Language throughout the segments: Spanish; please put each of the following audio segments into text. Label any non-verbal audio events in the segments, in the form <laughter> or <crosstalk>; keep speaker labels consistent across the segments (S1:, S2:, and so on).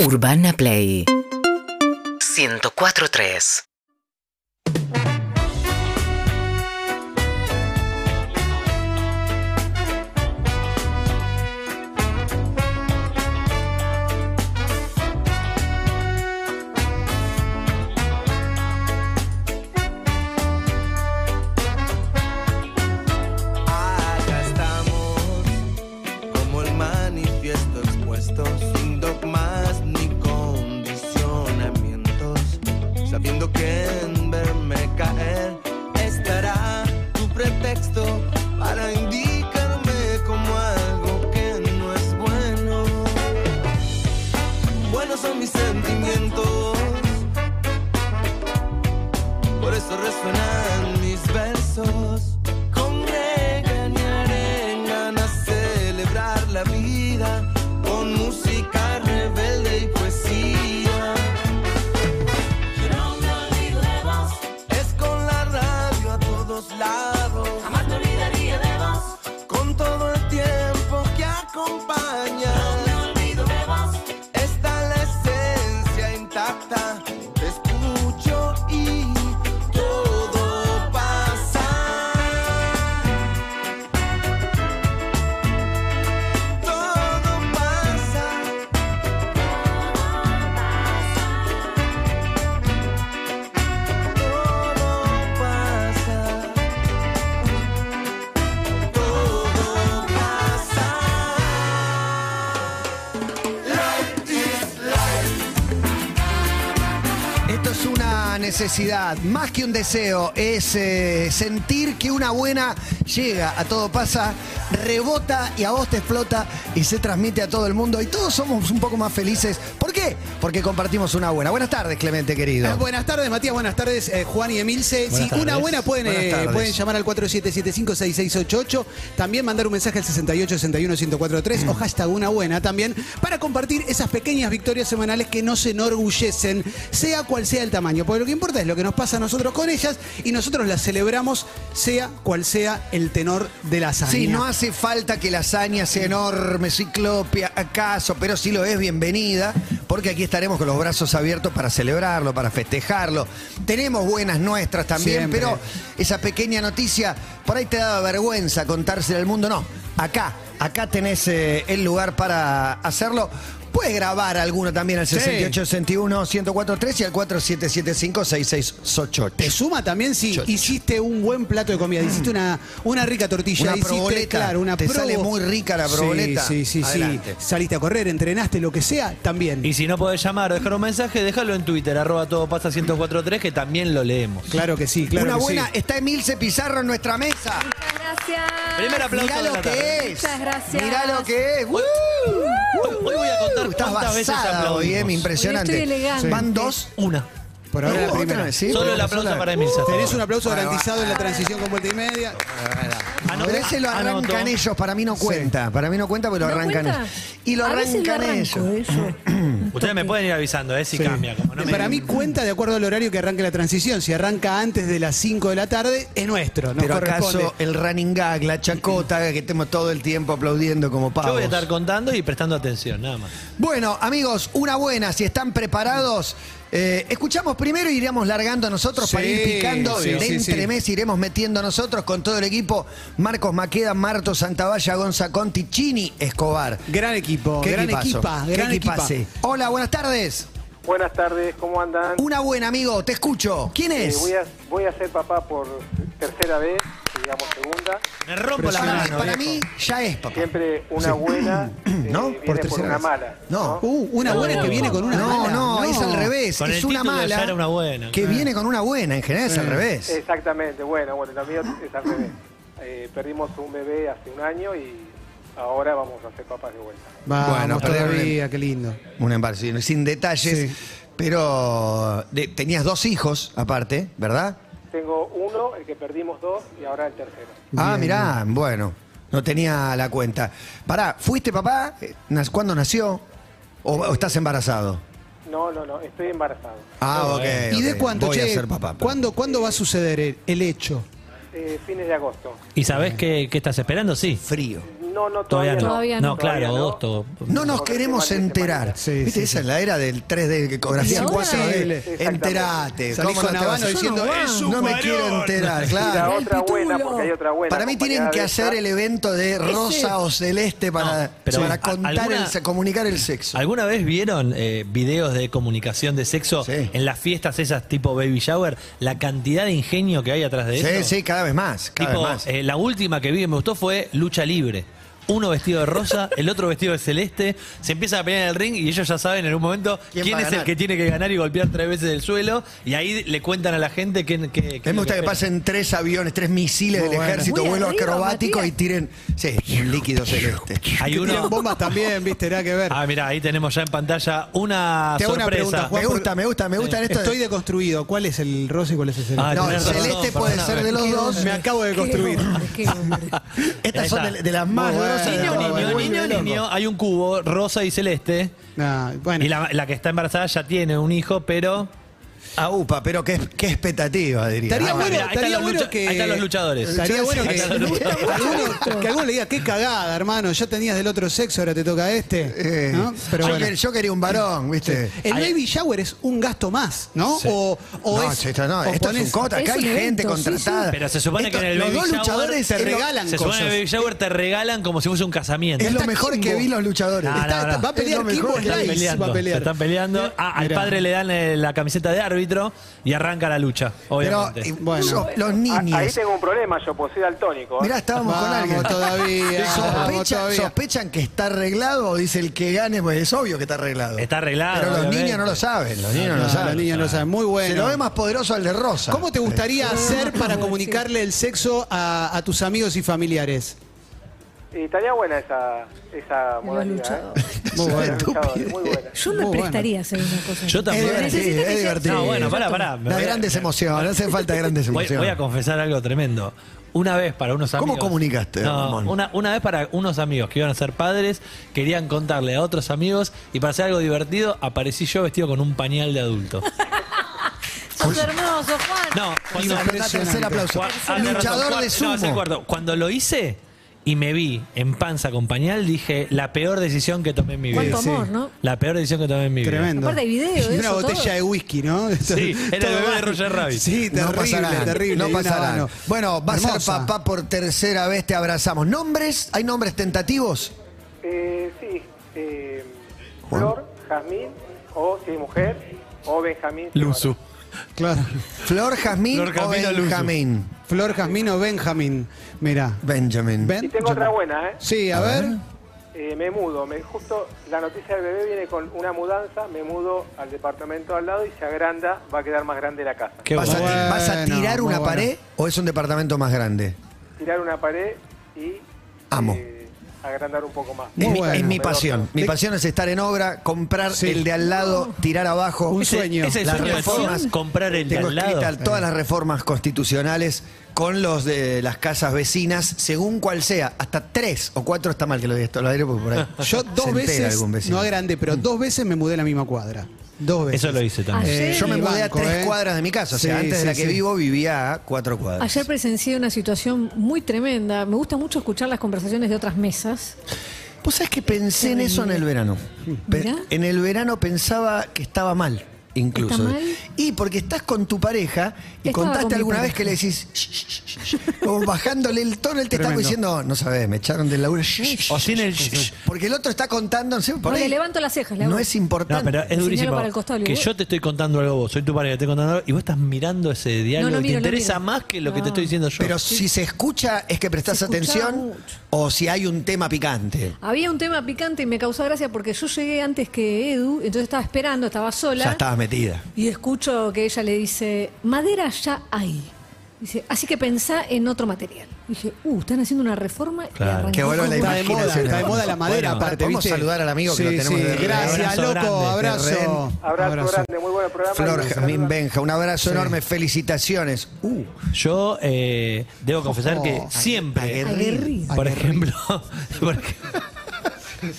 S1: Urbana Play 104.3
S2: Acá estamos, como el manifiesto expuesto, sin dogmas ni condicionamientos, sabiendo que en verme caer estará tu pretexto para indicarme como algo que no es bueno. Buenos son mis sentimientos, por eso resuenan mis versos. Congregan y arengan a celebrar la vida con música rebelde y poesía. Es con la radio a todos lados. Jamás te olvidaría de vos. Con todo el tiempo que acompaña. Está la esencia intacta. Te escucho y todo pasa. Todo pasa. Todo pasa. Todo pasa. Life is life.
S3: Esto es una necesidad, más que un deseo, es eh, sentir que una buena llega, a todo pasa, rebota y a vos te explota y se transmite a todo el mundo y todos somos un poco más felices. ¿Por qué? Porque compartimos una buena. Buenas tardes, Clemente, querido.
S4: Ah, buenas tardes, Matías. Buenas tardes, eh, Juan y Emilce. Si
S3: Buenas tardes.
S4: una buena pueden,
S3: Buenas
S4: eh,
S3: tardes.
S4: pueden llamar al 4775-6688. También mandar un mensaje al 6861-1043 o hashtag una buena también para compartir esas pequeñas victorias semanales que nos enorgullecen, sea cual sea el tamaño. Porque lo que importa es lo que nos pasa a nosotros con ellas y nosotros las celebramos, sea cual sea el tenor de la hazaña.
S3: Sí, no hace falta que la hazaña sea enorme, ciclopia, acaso, pero sí lo es, bienvenida, porque aquí estaremos con los brazos abiertos para celebrarlo, para festejarlo. Tenemos buenas nuestras también,
S4: Siempre.
S3: pero esa pequeña noticia por ahí te daba vergüenza contársela al mundo. No, acá, acá tenés eh, el lugar para hacerlo. Puedes grabar alguno también al
S4: Sí.
S3: 6861 1043 y al 4775 6688.
S4: Te suma también si
S3: Chocho.
S4: hiciste un buen plato de comida, hiciste una, una rica tortilla,
S3: Una
S4: hiciste,
S3: proboleta.
S4: claro, una
S3: Te sale muy rica la
S4: Sí,
S3: proboleta.
S4: Sí, sí, sí.
S3: Adelante.
S4: Saliste a correr, entrenaste, lo que sea, también.
S5: Y si no podés llamar o dejar un mensaje, déjalo en Twitter, arroba todo pasa 1043, que también lo leemos.
S4: claro que sí, claro
S3: Una
S4: que
S3: buena,
S4: sí.
S3: está Emilce Pizarro en nuestra mesa.
S6: Muchas gracias.
S5: Primer aplauso
S3: Mirá
S5: de
S3: lo
S5: la
S3: que
S5: tarde.
S3: es.
S6: Muchas gracias.
S3: Mirá lo que es.
S5: Hoy, hoy- hoy voy a contar
S3: Estás
S5: cuántas veces
S3: basada hoy, Em,
S5: aplaudimos.
S3: impresionante.
S6: Hoy estoy elegante.
S3: Van dos.
S5: Una.
S4: Por ahora
S3: Uh,
S4: la
S3: otra
S4: primera.
S3: vez, sí.
S5: Solo el
S3: Una
S5: aplauso
S3: sola.
S5: para Emilza.
S4: Tenés un aplauso
S3: Bueno,
S4: garantizado en la transición con vuelta y media.
S3: A veces lo
S5: Anoto.
S3: arrancan ellos, para mí no cuenta. Para mí no cuenta, pero lo
S6: ¿No
S3: arrancan
S6: cuenta?
S3: ellos. Y lo
S6: A veces
S3: arrancan
S6: arranco, ¿eh?
S3: ellos. <clears throat>
S6: eso.
S5: Ustedes me pueden ir avisando, eh, si cambia. Como no me-
S4: Para mí cuenta de acuerdo al horario que arranque la transición. Si arranca antes de las 5 de la tarde, es nuestro. Nos
S3: Pero
S4: corresponde.
S3: acaso el running gag, la chacota, que estemos todo el tiempo aplaudiendo como
S5: Yo
S3: pavos.
S5: voy a estar contando y prestando atención, nada más.
S3: Bueno, amigos, una buena, si están preparados. eh, escuchamos primero y iremos largando nosotros para ir
S4: Sí,
S3: picando.
S4: sí,
S3: de
S4: sí, sí.
S3: entremés iremos metiendo nosotros con todo el equipo. Marcos Maqueda, Marto Santavalla, Gonza Conti, Chini, Escobar.
S4: Gran equipo,
S3: ¿Qué
S4: gran
S3: equipazo?
S4: equipa,
S3: ¿Qué
S4: gran equipa.
S3: equipase? Hola, buenas tardes.
S7: Buenas tardes, ¿cómo andan?
S3: Una buena, amigo, te escucho. ¿Quién
S7: Eh,
S3: es?
S7: voy, a, voy a ser papá por tercera vez, digamos segunda.
S5: Me rompo la
S3: para,
S5: mano.
S3: para
S5: viejo.
S3: mí ya es, papá.
S7: Siempre una
S3: <clears throat>
S7: buena eh,
S3: ¿No?
S7: viene
S3: Por
S7: por,
S3: tercera
S7: una
S3: vez.
S7: mala.
S3: No.
S4: Uh, una buena que viene con una
S3: Oh. no,
S4: mala.
S3: no, es al revés.
S5: Con el
S3: es una
S5: título ya
S3: mala.
S5: era una buena, Eh.
S3: Que
S5: claro.
S3: viene con una buena, en general es
S7: Eh.
S3: al revés.
S7: Exactamente, bueno, bueno, lo mío es al revés. Eh, perdimos un bebé hace un año y ahora vamos a ser papás de vuelta.
S4: Vamos
S3: Bueno, perdón.
S4: todavía, qué lindo.
S3: Un embarcino, sin detalles.
S4: Sí.
S3: Pero de- tenías dos hijos aparte, ¿verdad?
S7: Tengo uno, el que perdimos dos y ahora el tercero.
S3: Ah,
S4: Bien.
S3: mirá, bueno, no tenía la cuenta. Pará, ¿fuiste papá? Eh, nas- ¿Cuándo nació? ¿O, o estás embarazado?
S7: No, no, no, estoy embarazado.
S3: Ah, ok.
S5: bueno.
S4: ¿Y de
S3: ok.
S4: cuánto,
S3: Voy
S4: che?
S3: a ser papá. pero-
S4: ¿cuándo, cuándo va a suceder el, el hecho?
S7: Eh, fines de agosto.
S5: ¿Y sabés qué, qué estás esperando? Sí.
S3: Frío.
S7: No, no,
S5: Todavía
S1: Todavía
S7: todavía,
S5: no.
S1: no.
S5: claro,
S7: Todavía no.
S5: agosto.
S3: No nos
S7: Por
S3: queremos
S7: temas de
S3: enterar.
S7: temática.
S4: Sí,
S3: ¿Viste?
S4: sí,
S3: Esa es la era del 3D, que ecografía en
S1: ahora-
S3: 4D.
S7: Exactamente.
S3: Enterate.
S4: Salís
S3: ¿Cómo
S4: con
S3: no te vas
S4: Habano
S3: a-
S4: diciendo,
S3: Yo no
S4: "Es un
S3: No me
S4: varón".
S3: quiero enterar,
S7: Y la
S3: claro.
S7: otra
S1: pitulo.
S7: buena, porque hay otra buena.
S3: Ah, Para mí tienen
S7: acompañada
S3: que
S7: de
S3: hacer
S7: esta.
S3: el evento de rosa o celeste para,
S5: No, pero
S3: para
S5: a-
S3: contar
S5: alguna-
S3: el se- comunicar el sexo.
S5: ¿Alguna vez vieron eh, videos de comunicación de sexo
S3: Sí.
S5: en las fiestas esas tipo baby shower? La cantidad de ingenio que hay atrás de
S3: Sí,
S5: eso.
S3: sí, cada vez más. Cada
S5: Tipo,
S3: vez más.
S5: eh, la última que vi que me gustó fue lucha libre. Uno vestido de
S3: <laughs>
S5: rosa, el otro vestido de celeste. Se empiezan a pelear en el ring y ellos ya saben en un momento
S3: ¿Quién
S5: quién,
S3: va a
S5: es
S3: ganar?
S5: el que tiene que ganar y golpear tres veces el suelo. Y ahí le cuentan a la gente quién. qué- qué es
S3: A mí me
S5: lo
S3: gusta que
S5: espera.
S3: pasen tres aviones, tres misiles
S4: Muy
S3: del
S4: bueno.
S3: ejército,
S1: Muy
S3: vuelo
S1: arriba,
S3: acrobático y
S1: Matías.
S3: tiren. Sí, un
S5: <laughs>
S3: líquido celeste.
S5: Hay
S4: Que tiran
S5: uno.
S4: bombas también, viste, nada que ver.
S5: Ah, mirá, ahí tenemos ya en pantalla una
S4: Te hago una
S5: sorpresa.
S4: pregunta, Juan.
S3: Me gusta, me gusta, me gusta esto. de-
S4: Estoy deconstruido. ¿Cuál es el rosa y cuál es el celeste?
S5: Ah,
S3: No, el
S5: tenés razón,
S3: celeste puede
S5: perdóname.
S3: ser de los
S1: Qué
S3: dos.
S1: hombre.
S4: Me acabo de
S1: Qué
S4: construir.
S1: hombre, qué hombre.
S3: Estas
S5: Ahí
S3: son
S5: está.
S3: de, de las más
S4: Muy bueno.
S3: grosas. de
S4: Niño,
S3: todas.
S5: Niño,
S3: Vuelve
S5: niño,
S3: loco.
S5: niño, hay un cubo rosa y celeste.
S4: Ah, bueno.
S5: Y la, la que está embarazada ya tiene un hijo, pero.
S3: Ah, upa, pero qué, qué expectativa, diría.
S4: Estaría
S3: Ah,
S4: bueno,
S5: mirá, ahí están
S4: estaría
S5: los
S4: bueno
S5: lucha-
S4: que.
S5: ahí están los luchadores.
S4: Estaría
S3: Yo
S4: bueno
S3: decía,
S4: que, <laughs>
S5: ahí están los
S4: que alguno, que alguno le diga, qué cagada, hermano. Ya tenías del otro sexo, ahora te toca este.
S3: eh,
S4: ¿No? Pero
S3: yo,
S4: bueno.
S3: quer- yo quería un varón, ¿viste?
S4: El baby shower es un gasto más, ¿no? O, o
S3: no,
S4: es.
S3: esto no,
S4: o
S3: esto es un
S4: ponés-
S3: cota, acá
S1: Es
S3: hay
S1: un
S3: gente
S1: evento, sí,
S3: contratada.
S1: sí.
S5: Pero se supone
S3: Esto-
S5: que en el
S3: los
S5: baby
S3: dos
S5: shower
S3: luchadores
S4: te
S3: es lo-
S4: regalan
S5: Se supone que el baby
S4: cosas.
S5: shower te regalan como si fuese un casamiento.
S3: Es lo
S4: Está
S3: mejor
S4: Kimbo.
S3: que vi los luchadores.
S5: No,
S4: Está-
S5: no,
S4: está-
S5: no.
S4: Va a
S3: Es lo
S4: pelear Kimbo
S3: mejor que
S5: Se están
S3: Slice
S4: Slice. Va
S5: peleando.
S4: a pelear.
S5: se están peleando. Ah, al
S4: Mirá.
S5: padre le dan eh, la camiseta de árbitro y arranca la lucha,
S3: Pero
S5: obviamente.
S3: eh,
S4: Bueno.
S3: so- los
S7: Ah, Ahí
S3: niños.
S7: tengo un problema, yo pues soy daltónico. ¿eh?
S3: Mirá, estábamos con
S4: Vamos <laughs>
S3: alguien.
S4: todavía, vamos
S3: Sospecha-
S4: todavía.
S3: ¿Sospechan que está arreglado o dice el que gane? Pues es obvio que está arreglado.
S5: Está arreglado,
S3: Pero los
S5: obviamente.
S3: niños no lo saben. Los niños no,
S4: No,
S3: lo saben.
S4: los niños no lo saben. Muy bueno.
S3: Se lo ve más poderoso al de Rosa.
S4: ¿Cómo te gustaría hacer para
S1: sí.
S4: comunicarle el sexo a, a tus amigos y familiares?
S7: Y Eh, estaría buena esa, esa
S1: Los
S7: modalidad. ¿eh?
S1: luchadores.
S4: Muy
S7: Los
S4: bueno.
S7: luchadores, muy buena.
S1: Yo me
S4: Muy bueno.
S1: prestaría a hacer una cosa.
S5: Yo
S3: Es
S5: también.
S3: divertido,
S1: Necesito que
S3: eh, es
S1: sea-
S3: divertido.
S5: No, bueno, pará, pará. Me
S3: Da
S5: voy a-
S3: grandes emociones, hace falta grandes
S5: Voy,
S3: emociones.
S5: voy a confesar algo tremendo. Una vez para unos
S3: ¿Cómo
S5: amigos.
S3: comunicaste,
S5: No,
S3: Ramón?
S5: Una, una vez para unos amigos que iban a ser padres, querían contarle a otros amigos y para hacer algo divertido aparecí yo vestido con un pañal de adulto.
S1: Sos hermoso, Juan.
S5: No, cuando,
S3: Anotate, tercer aplauso.
S5: Cua- ah, tenés razón,
S3: Luchador de
S5: cua- no, es el
S3: sumo.
S5: cuarto. Cuando lo hice y me vi en panza con pañal, dije la peor decisión que tomé en mi vida.
S1: Cuánto
S4: Sí,
S1: amor,
S4: sí.
S1: ¿no?
S5: La peor decisión que tomé en mi
S4: Tremendo.
S1: Aparte hay video de
S4: Y una
S1: eso,
S4: botella
S1: todo.
S4: de whisky, ¿no?
S5: Sí, era el
S4: <laughs> Todo
S5: bebé de
S4: mal.
S5: Roger Rabbit.
S4: Sí, terrible,
S3: no pasará,
S4: terrible.
S3: no
S4: Y una
S3: pasará.
S4: mano.
S3: Bueno, va a ser
S4: Hermosa.
S3: papá por tercera vez, te abrazamos. ¿Nombres? ¿Hay nombres tentativos?
S7: Eh, sí, eh,
S3: Juan.
S7: Flor, Jazmín, o si es mujer, o Benjamín. si
S5: vida.
S7: es
S5: Luzu.
S4: Claro.
S3: Flor Jazmín
S5: Flor
S3: o
S5: Jazmín o Luzu.
S3: Benjamín.
S4: Flor Jazmino Benjamín. Mira.
S3: Benjamin.
S7: varón. Y tengo otra buena, ¿eh?
S4: Sí, a, ver.
S7: Eh, me mudo, me justo la noticia del bebé viene con una mudanza, me mudo al departamento al lado y se agranda, va a quedar más grande la casa.
S5: Qué
S3: ¿Vas, a,
S5: bueno.
S4: Bueno,
S3: vas a tirar
S4: muy
S3: una
S4: bueno.
S3: pared o es un departamento más grande?
S7: Tirar una pared y
S3: Amo.
S7: eh, agrandar un poco más.
S4: Muy
S3: es, mi,
S4: bueno.
S3: es mi
S7: Pero-
S3: pasión. Mi pasión es estar en obra, comprar
S4: Sí.
S3: el de al lado, tirar abajo.
S4: Un
S5: Ese-
S4: sueño.
S5: ese es el
S3: Las
S5: sueño de
S3: reformas.
S5: Sion, comprar el de
S3: Tengo
S5: al lado.
S3: escritas todas las reformas constitucionales con los de las casas vecinas, según cual sea. Hasta tres o cuatro está mal que lo diga esto al aire porque por ahí.
S4: <laughs> Yo dos
S3: se entera
S4: veces,
S3: algún vecino. Mm.
S4: no agrandé, pero dos veces me mudé a la misma cuadra. Dos veces.
S5: Eso lo hice también.
S1: Ayer-
S4: Eh,
S3: Yo me
S4: y
S3: mudé a
S4: banco,
S3: tres
S4: ¿eh?
S3: cuadras de mi casa. O sea,
S4: Sí,
S3: antes de
S4: sí,
S3: la que
S4: sí.
S3: vivo vivía a cuatro cuadras.
S1: Ayer presencié una situación muy tremenda. Me gusta mucho escuchar las conversaciones de otras mesas.
S3: Vos sabés que pensé en eso en el verano. Pe-
S1: Mirá.
S3: En el verano pensaba que estaba mal, incluso.
S1: ¿Está mal?
S3: Y porque estás con tu pareja y
S1: Estaba con
S3: contaste
S1: mi
S3: alguna vez
S1: pareja.
S3: que le decís, "Shh, shh, shh, shh", como bajándole el tono, él te está
S4: Tremendo.
S3: diciendo, no sabés, me echaron del laburo. shh, shh,
S5: O
S3: shh".
S5: sin el. shh.
S3: Porque el otro está contando, no sé,
S1: No,
S3: por ahí
S1: le levanto las cejas, le hago.
S3: No es
S5: No,
S3: importante.
S5: pero es durísimo.
S1: para el costado, le
S5: que
S1: digo,
S5: yo te estoy contando algo vos, soy tu pareja, te estoy contando algo y vos estás mirando ese diálogo.
S1: no
S5: y
S1: miro,
S5: te
S1: no
S5: interesa
S1: miro.
S5: más que lo que te
S1: No.
S5: estoy diciendo yo.
S3: Pero si se escucha es que prestás
S1: Se escuchaba
S3: atención
S1: mucho.
S3: o si hay un tema picante.
S1: Había un tema picante y me causó gracia porque yo llegué antes que Edu, entonces estaba esperando, estaba sola.
S3: Ya estabas metida.
S1: Y escucho que ella le dice, madera ya hay. Dice, así que pensá en otro material. Dije, uh, están haciendo una reforma
S5: Claro.
S1: y
S3: Qué bueno
S1: arrancó
S3: la
S1: con-
S4: Está de moda,
S3: imaginación.
S4: está de moda la madera,
S5: Bueno,
S4: aparte,
S3: vamos a
S4: ¿viste?
S3: saludar al amigo que lo tenemos de rehén.
S4: Gracias,
S5: Abrazo
S4: loco,
S5: grande,
S3: de este rehén.
S4: abrazo.
S7: Abrazo,
S4: Abrazo.
S7: grande, muy buen programa.
S3: Flor
S7: Y los
S3: Jamín
S7: saluda-
S3: Benja, un abrazo enorme, felicitaciones. Uh,
S5: Yo eh,
S4: Oh.
S5: debo confesar que
S4: Ojo,
S5: siempre,
S3: aguerrido.
S5: <laughs>
S1: Aguerrido.
S5: por ejemplo, por ej-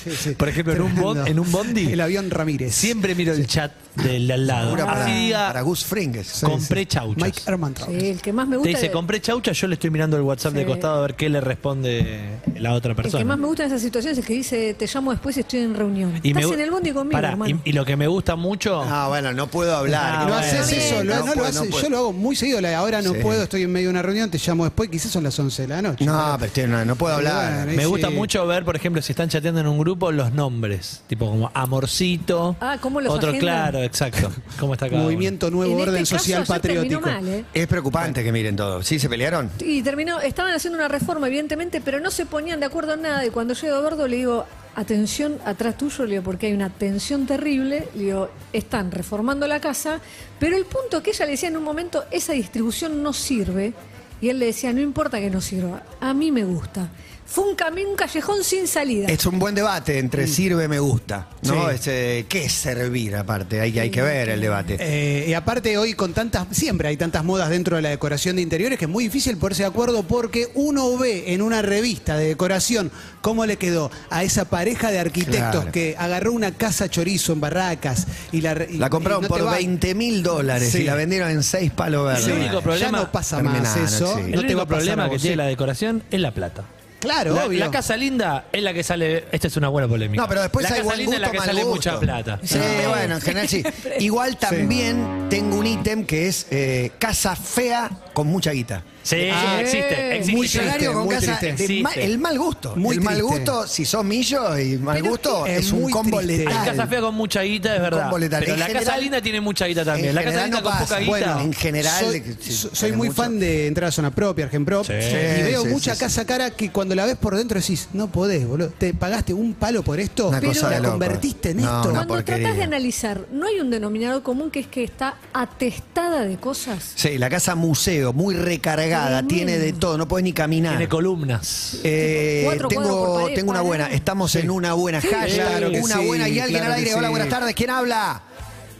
S4: Sí, sí.
S5: Por ejemplo, en un,
S4: Tremendo.
S5: bond, en un bondi.
S4: El avión Ramírez.
S5: Siempre miro el chat del de al lado.
S3: Una para,
S5: Así Ah, diga,
S3: para Gus Fringes.
S5: Sí, compré chauchas.
S4: Mike Hermantraut.
S1: Sí, el que más me
S5: te
S1: gusta.
S5: dice, compré chauchas, yo le estoy mirando el WhatsApp de
S1: Sí.
S5: costado a ver qué le responde la otra
S1: el que
S5: persona.
S1: más me gusta en esas situaciones es el que dice, te llamo después y estoy en reunión. Estás
S5: gu-
S1: en el bondi conmigo,
S5: Pará,
S1: hermano.
S5: y, y lo que me gusta mucho,
S3: Ah, bueno, no puedo hablar.
S5: Ah,
S3: Que
S4: No
S5: bueno.
S4: haces eso, lo- no, lo
S3: puedo,
S4: haces.
S3: pues, puedo.
S4: Yo lo hago muy seguido. la de Ahora no
S3: Sí.
S4: puedo, estoy en medio de una reunión, te llamo después, quizás son las 11 de la noche.
S3: No, pero estoy- no, no puedo hablar.
S4: Bueno,
S5: me gusta
S4: sí.
S5: mucho ver, por ejemplo, si están chateando en un grupo, los nombres. Tipo como amorcito.
S1: Ah, ¿cómo los
S5: Otro,
S1: agendan?
S5: claro, exacto. ¿Cómo
S4: <laughs>
S5: está cada uno?
S4: Movimiento
S1: En
S4: Nuevo
S1: este
S4: Orden
S1: caso,
S4: Social
S1: ayer terminó
S4: Patriótico.
S1: mal, ¿eh?
S3: Es preocupante que miren todo. ¿Sí se pelearon?
S1: Y terminó, estaban haciendo una reforma, evidentemente, pero no se ponían de acuerdo en nada. Y cuando llego a Bordo le digo, atención, atrás tuyo, le digo, porque hay una tensión terrible. Le digo, están reformando la casa. Pero el punto que ella le decía en un momento, esa distribución no sirve. Y él le decía, no importa que no sirva, a mí me gusta. Fue un camino, un callejón sin salida.
S3: Es un buen debate entre sirve me gusta. ¿No?
S4: Sí.
S3: Es, eh, ¿Qué es servir aparte? Hay, hay que ver el debate.
S4: Eh, y aparte hoy con tantas, siempre hay tantas modas dentro de la decoración de interiores que es muy difícil ponerse de acuerdo porque uno ve en una revista de decoración cómo le quedó a esa pareja de arquitectos
S3: Claro.
S4: que agarró una casa chorizo en Barracas y la... re- y-
S3: La compraron
S4: y no te
S3: por
S4: va-
S3: 20 mil dólares
S4: Sí.
S3: y la vendieron en 6 palos verdes.
S5: El único
S4: Ya
S5: problema-
S4: no pasa
S3: Terminá,
S4: más
S3: no
S4: eso.
S3: existe.
S5: El
S4: no te
S5: único
S4: va a pasar
S5: problema
S4: a
S5: que
S4: vos,
S5: tiene
S4: sí.
S5: la decoración es la plata.
S4: Claro,
S5: La,
S4: obvio.
S5: la casa linda es la que sale. Esta es una buena polémica.
S3: No, pero después
S5: la
S3: hay
S5: casa
S3: buen
S5: linda es
S3: gusto,
S5: la que
S3: mal
S5: sale
S3: gusto.
S5: mucha plata.
S3: Sí, bueno, en general sí. Igual también tengo un ítem que es eh, casa fea con mucha guita.
S5: Sí,
S1: Ah,
S5: existe, existe.
S4: muy
S5: existe.
S3: Millonario con
S4: muy
S3: casa,
S4: triste.
S3: de ma-
S5: Existe.
S3: el mal gusto.
S4: Muy
S3: el mal
S4: triste.
S3: gusto, si sos millo y mal
S1: Pero
S3: gusto,
S4: qué-
S3: es,
S4: es
S3: un
S4: muy
S3: combo
S4: triste.
S3: letal.
S5: Hay casa fea con mucha guita, es verdad.
S3: Combo letal.
S5: Pero
S3: En
S5: la casa
S3: general-
S5: linda tiene mucha guita también.
S3: en
S5: La casa
S3: general
S5: linda
S3: no
S5: con
S3: pasa.
S5: poca guita.
S3: Bueno, en general,
S4: soy,
S3: de- sí,
S4: so-
S3: tiene
S4: soy muy
S3: mucho.
S4: fan de entrar a zona propia, Argenprop.
S5: Sí.
S4: Y
S5: Sí,
S4: veo
S3: sí,
S4: mucha
S3: sí,
S4: casa cara que cuando la ves por dentro decís, no podés, boludo. Te pagaste un palo por esto,
S3: Una cosa
S4: la
S3: de loco.
S4: convertiste en
S3: No,
S4: esto.
S3: una
S1: Cuando
S3: porquería.
S1: tratas de analizar, ¿no hay un denominador común que es que está atestada de cosas?
S3: Sí, la casa museo, muy recargada,
S1: Tremendo.
S3: tiene de todo, no podés ni caminar.
S5: Tiene columnas.
S3: Eh,
S1: Cuatro cuadros por
S3: tengo,
S1: pared,
S3: tengo una
S1: cuadrado.
S3: buena, estamos en una buena hashtag,
S4: claro que
S3: una
S4: sí,
S3: buena y alguien
S4: claro
S3: al aire.
S4: que
S3: Hola,
S4: sí.
S3: buenas tardes, ¿quién habla?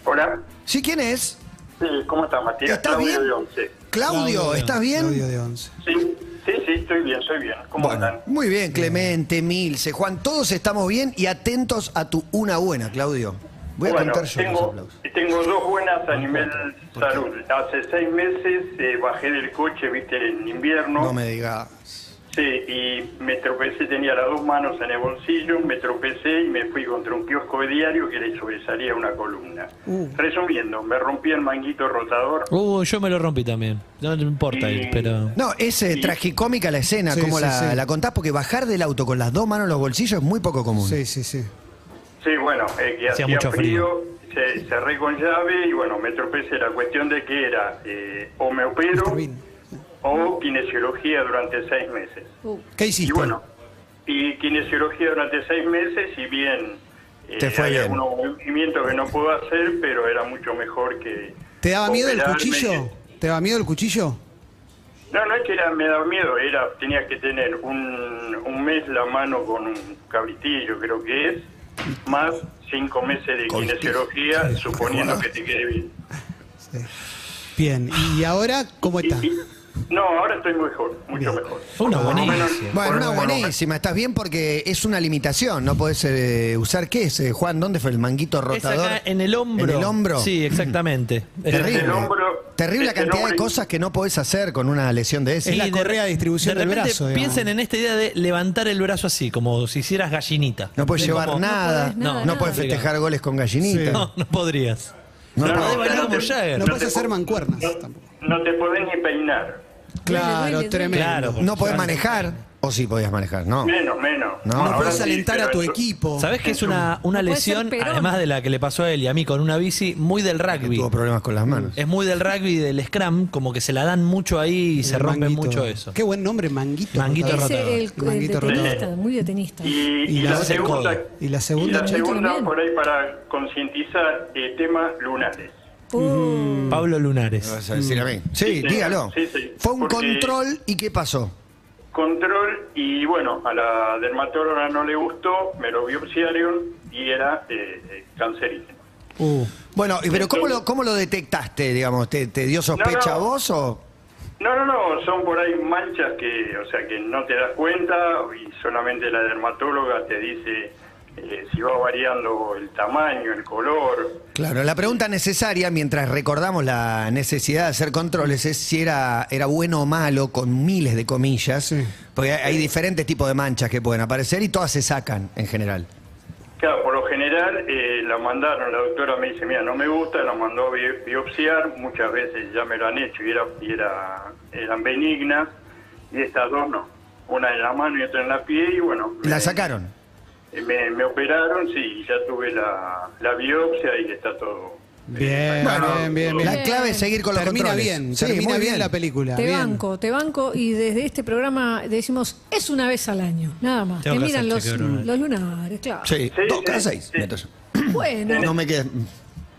S6: Hola,
S3: Sí, ¿quién es?
S6: sí, ¿cómo estás, Matías?
S3: ¿Estás
S6: Claudio
S3: bien?
S6: de Once.
S3: Claudio,
S4: Claudio,
S3: ¿estás bien?
S4: Claudio de Once.
S6: Sí, sí, sí, estoy bien, estoy bien. ¿Cómo
S3: Bueno,
S6: andan?
S3: muy bien, Clemente, Milce, Juan, todos estamos bien y atentos a tu una buena, Claudio. Voy a
S6: bueno,
S3: contar yo los
S6: tengo,
S3: aplausos.
S6: tengo dos buenas a nivel salud. Hace seis meses eh, bajé del coche, viste, en invierno.
S3: No me digas.
S6: Sí, y me tropecé, tenía las dos manos en el bolsillo, me tropecé y me fui contra un kiosco de diario que le sobresalía una columna.
S3: Uh.
S6: Resumiendo, me rompí el manguito rotador.
S5: Uh, yo me lo rompí también. No me importa,
S6: Y-
S5: pero.
S3: No, es eh, tragicómica la escena,
S4: Sí,
S3: como
S4: sí,
S3: la,
S4: sí.
S3: la contás, porque bajar del auto con las dos manos en los bolsillos es muy poco común.
S4: Sí, sí, sí.
S6: Sí, bueno, eh, que
S5: Hacía
S6: hacía
S5: mucho
S6: frío, se- cerré con llave y bueno, me tropecé. La cuestión de que era eh, o me opero
S4: Bean.
S6: o kinesiología durante seis meses.
S1: Uh.
S4: ¿Qué
S6: Y
S4: hiciste?
S6: bueno, y kinesiología durante seis meses, si bien eh,
S3: Te fue
S6: había
S3: bien.
S6: algunos movimientos que no puedo hacer, pero era mucho mejor que...
S4: ¿Te daba miedo el
S6: operarme.
S4: cuchillo? ¿Te daba miedo el cuchillo?
S6: No, no es que era- me daba miedo, era tenía que tener un, un mes la mano con un cabritillo, creo que es, más cinco meses de
S3: Cabritillo.
S6: kinesiología, suponiendo que te quede bien.
S4: Sí. Bien, ¿y ahora cómo Pues está?
S6: Y- y- no, ahora estoy mejor, mucho mejor.
S5: Fue una
S6: Por lo
S5: buenísima.
S6: menos- por
S3: Bueno, una
S6: lo menos-
S3: buenísima, estás bien porque es una limitación, no podés eh, usar qué es, eh, Juan, ¿dónde fue el manguito
S5: Es
S3: rotador?
S5: acá en el hombro.
S3: En el hombro.
S5: Sí, exactamente.
S3: Terrible.
S6: el hombro-
S3: Terrible la
S6: desde el
S3: cantidad de
S6: hombro-
S3: cosas que no podés hacer con una lesión de ese.
S4: Es la
S5: Y
S4: correa de distribución
S5: de
S4: del
S5: repente
S4: brazo, digamos.
S5: Piensen en esta idea de levantar el brazo así, como si hicieras gallinita.
S3: No podés
S5: Es
S3: llevar
S5: como-
S3: nada,
S1: podés
S3: no,
S1: nada,
S3: no
S1: nada.
S3: podés festejar goles con
S5: <laughs>
S3: gallinita.
S5: No, no podrías.
S3: No,
S5: No,
S3: no.
S5: podés bailar como
S6: no te-
S5: Jagger.
S4: No
S6: te
S4: puedes
S6: puedo-
S4: hacer mancuernas
S6: no-
S4: tampoco.
S6: No te podés ni peinar,
S1: duele,
S4: Claro,
S1: duele.
S4: tremendo.
S5: Claro.
S3: No podés manejar, o sí podías manejar, no.
S6: menos, menos.
S3: No,
S4: No
S6: Ahora
S4: puedes
S6: sí,
S4: alentar
S6: pero
S4: a tu
S6: eso-
S4: equipo.
S5: ¿Sabés que es una, una
S1: No puede ser
S5: lesión,
S1: Perón.
S5: además de la que le pasó a él y a mí con una bici, muy del
S3: Que
S5: rugby?
S3: tuvo problemas con las manos.
S5: Es muy del rugby y del scrum, como que se la dan mucho ahí y se
S4: El
S5: rompe
S4: manguito.
S5: mucho eso.
S4: Qué buen nombre, manguito.
S5: Manguito
S4: rotador.
S5: rotador.
S1: Ese el,
S4: El manguito
S1: el de
S4: rotador.
S1: tenista, muy de tenista.
S6: Y,
S4: Y
S6: y
S4: la
S6: la,
S4: otra, el
S6: segunda,
S5: codo.
S4: Y la segunda,
S6: y la
S4: Chito,
S6: segunda,
S1: también.
S6: por ahí para concientizar eh, temas lunares.
S1: Uh,
S5: Pablo Lunares.
S3: Me vas a decir a mí. Sí,
S6: señor.
S3: dígalo.
S6: Mm. Sí, sí.
S3: Fue un
S6: Porque-
S3: control y ¿qué pasó?
S6: Control y bueno, a la dermatóloga no le gustó, me lo biopsiaron y era eh, eh, cancerígeno.
S4: Uh,
S3: Bueno, y pero ¿cómo lo, cómo lo detectaste, digamos? ¿Te, te dio
S6: No,
S3: sospecha a
S6: no.
S3: vos o...?
S6: No, no, no, son por ahí manchas que, o sea, que no te das cuenta y solamente la dermatóloga te dice eh, si va variando el tamaño, el color.
S3: Claro, la pregunta necesaria, mientras recordamos la necesidad de hacer controles, es si era, era bueno o malo, con miles de comillas, porque hay, hay diferentes tipos de manchas que pueden aparecer y todas se sacan en general.
S6: Claro, por lo general eh, la mandaron, la doctora me dice, mira, no me gusta, la mandó a bi- biopsiar, muchas veces ya me lo han hecho y, era, y era, eran benignas, y estas dos no, una en la mano y otra en la piel, y bueno,
S3: La
S6: me-
S3: sacaron.
S6: Me, me operaron, sí, ya tuve la, la biopsia y está todo.
S4: Bien, bien, bien, bien.
S3: La clave es seguir con los
S4: termina
S3: controles.
S4: bien,
S3: Sí,
S4: termina
S3: muy
S4: bien la película.
S1: Te
S4: bien.
S1: banco, te banco y desde este programa decimos es una vez al año, nada más.
S5: Tengo
S1: te
S5: que
S1: miran
S5: hacer
S1: los,
S5: chequeo lunar.
S1: los lunares, claro.
S3: Sí,
S6: Sí,
S3: dos
S6: sí,
S3: cada seis.
S6: sí.
S3: entonces.
S1: Bueno,
S3: No me queda.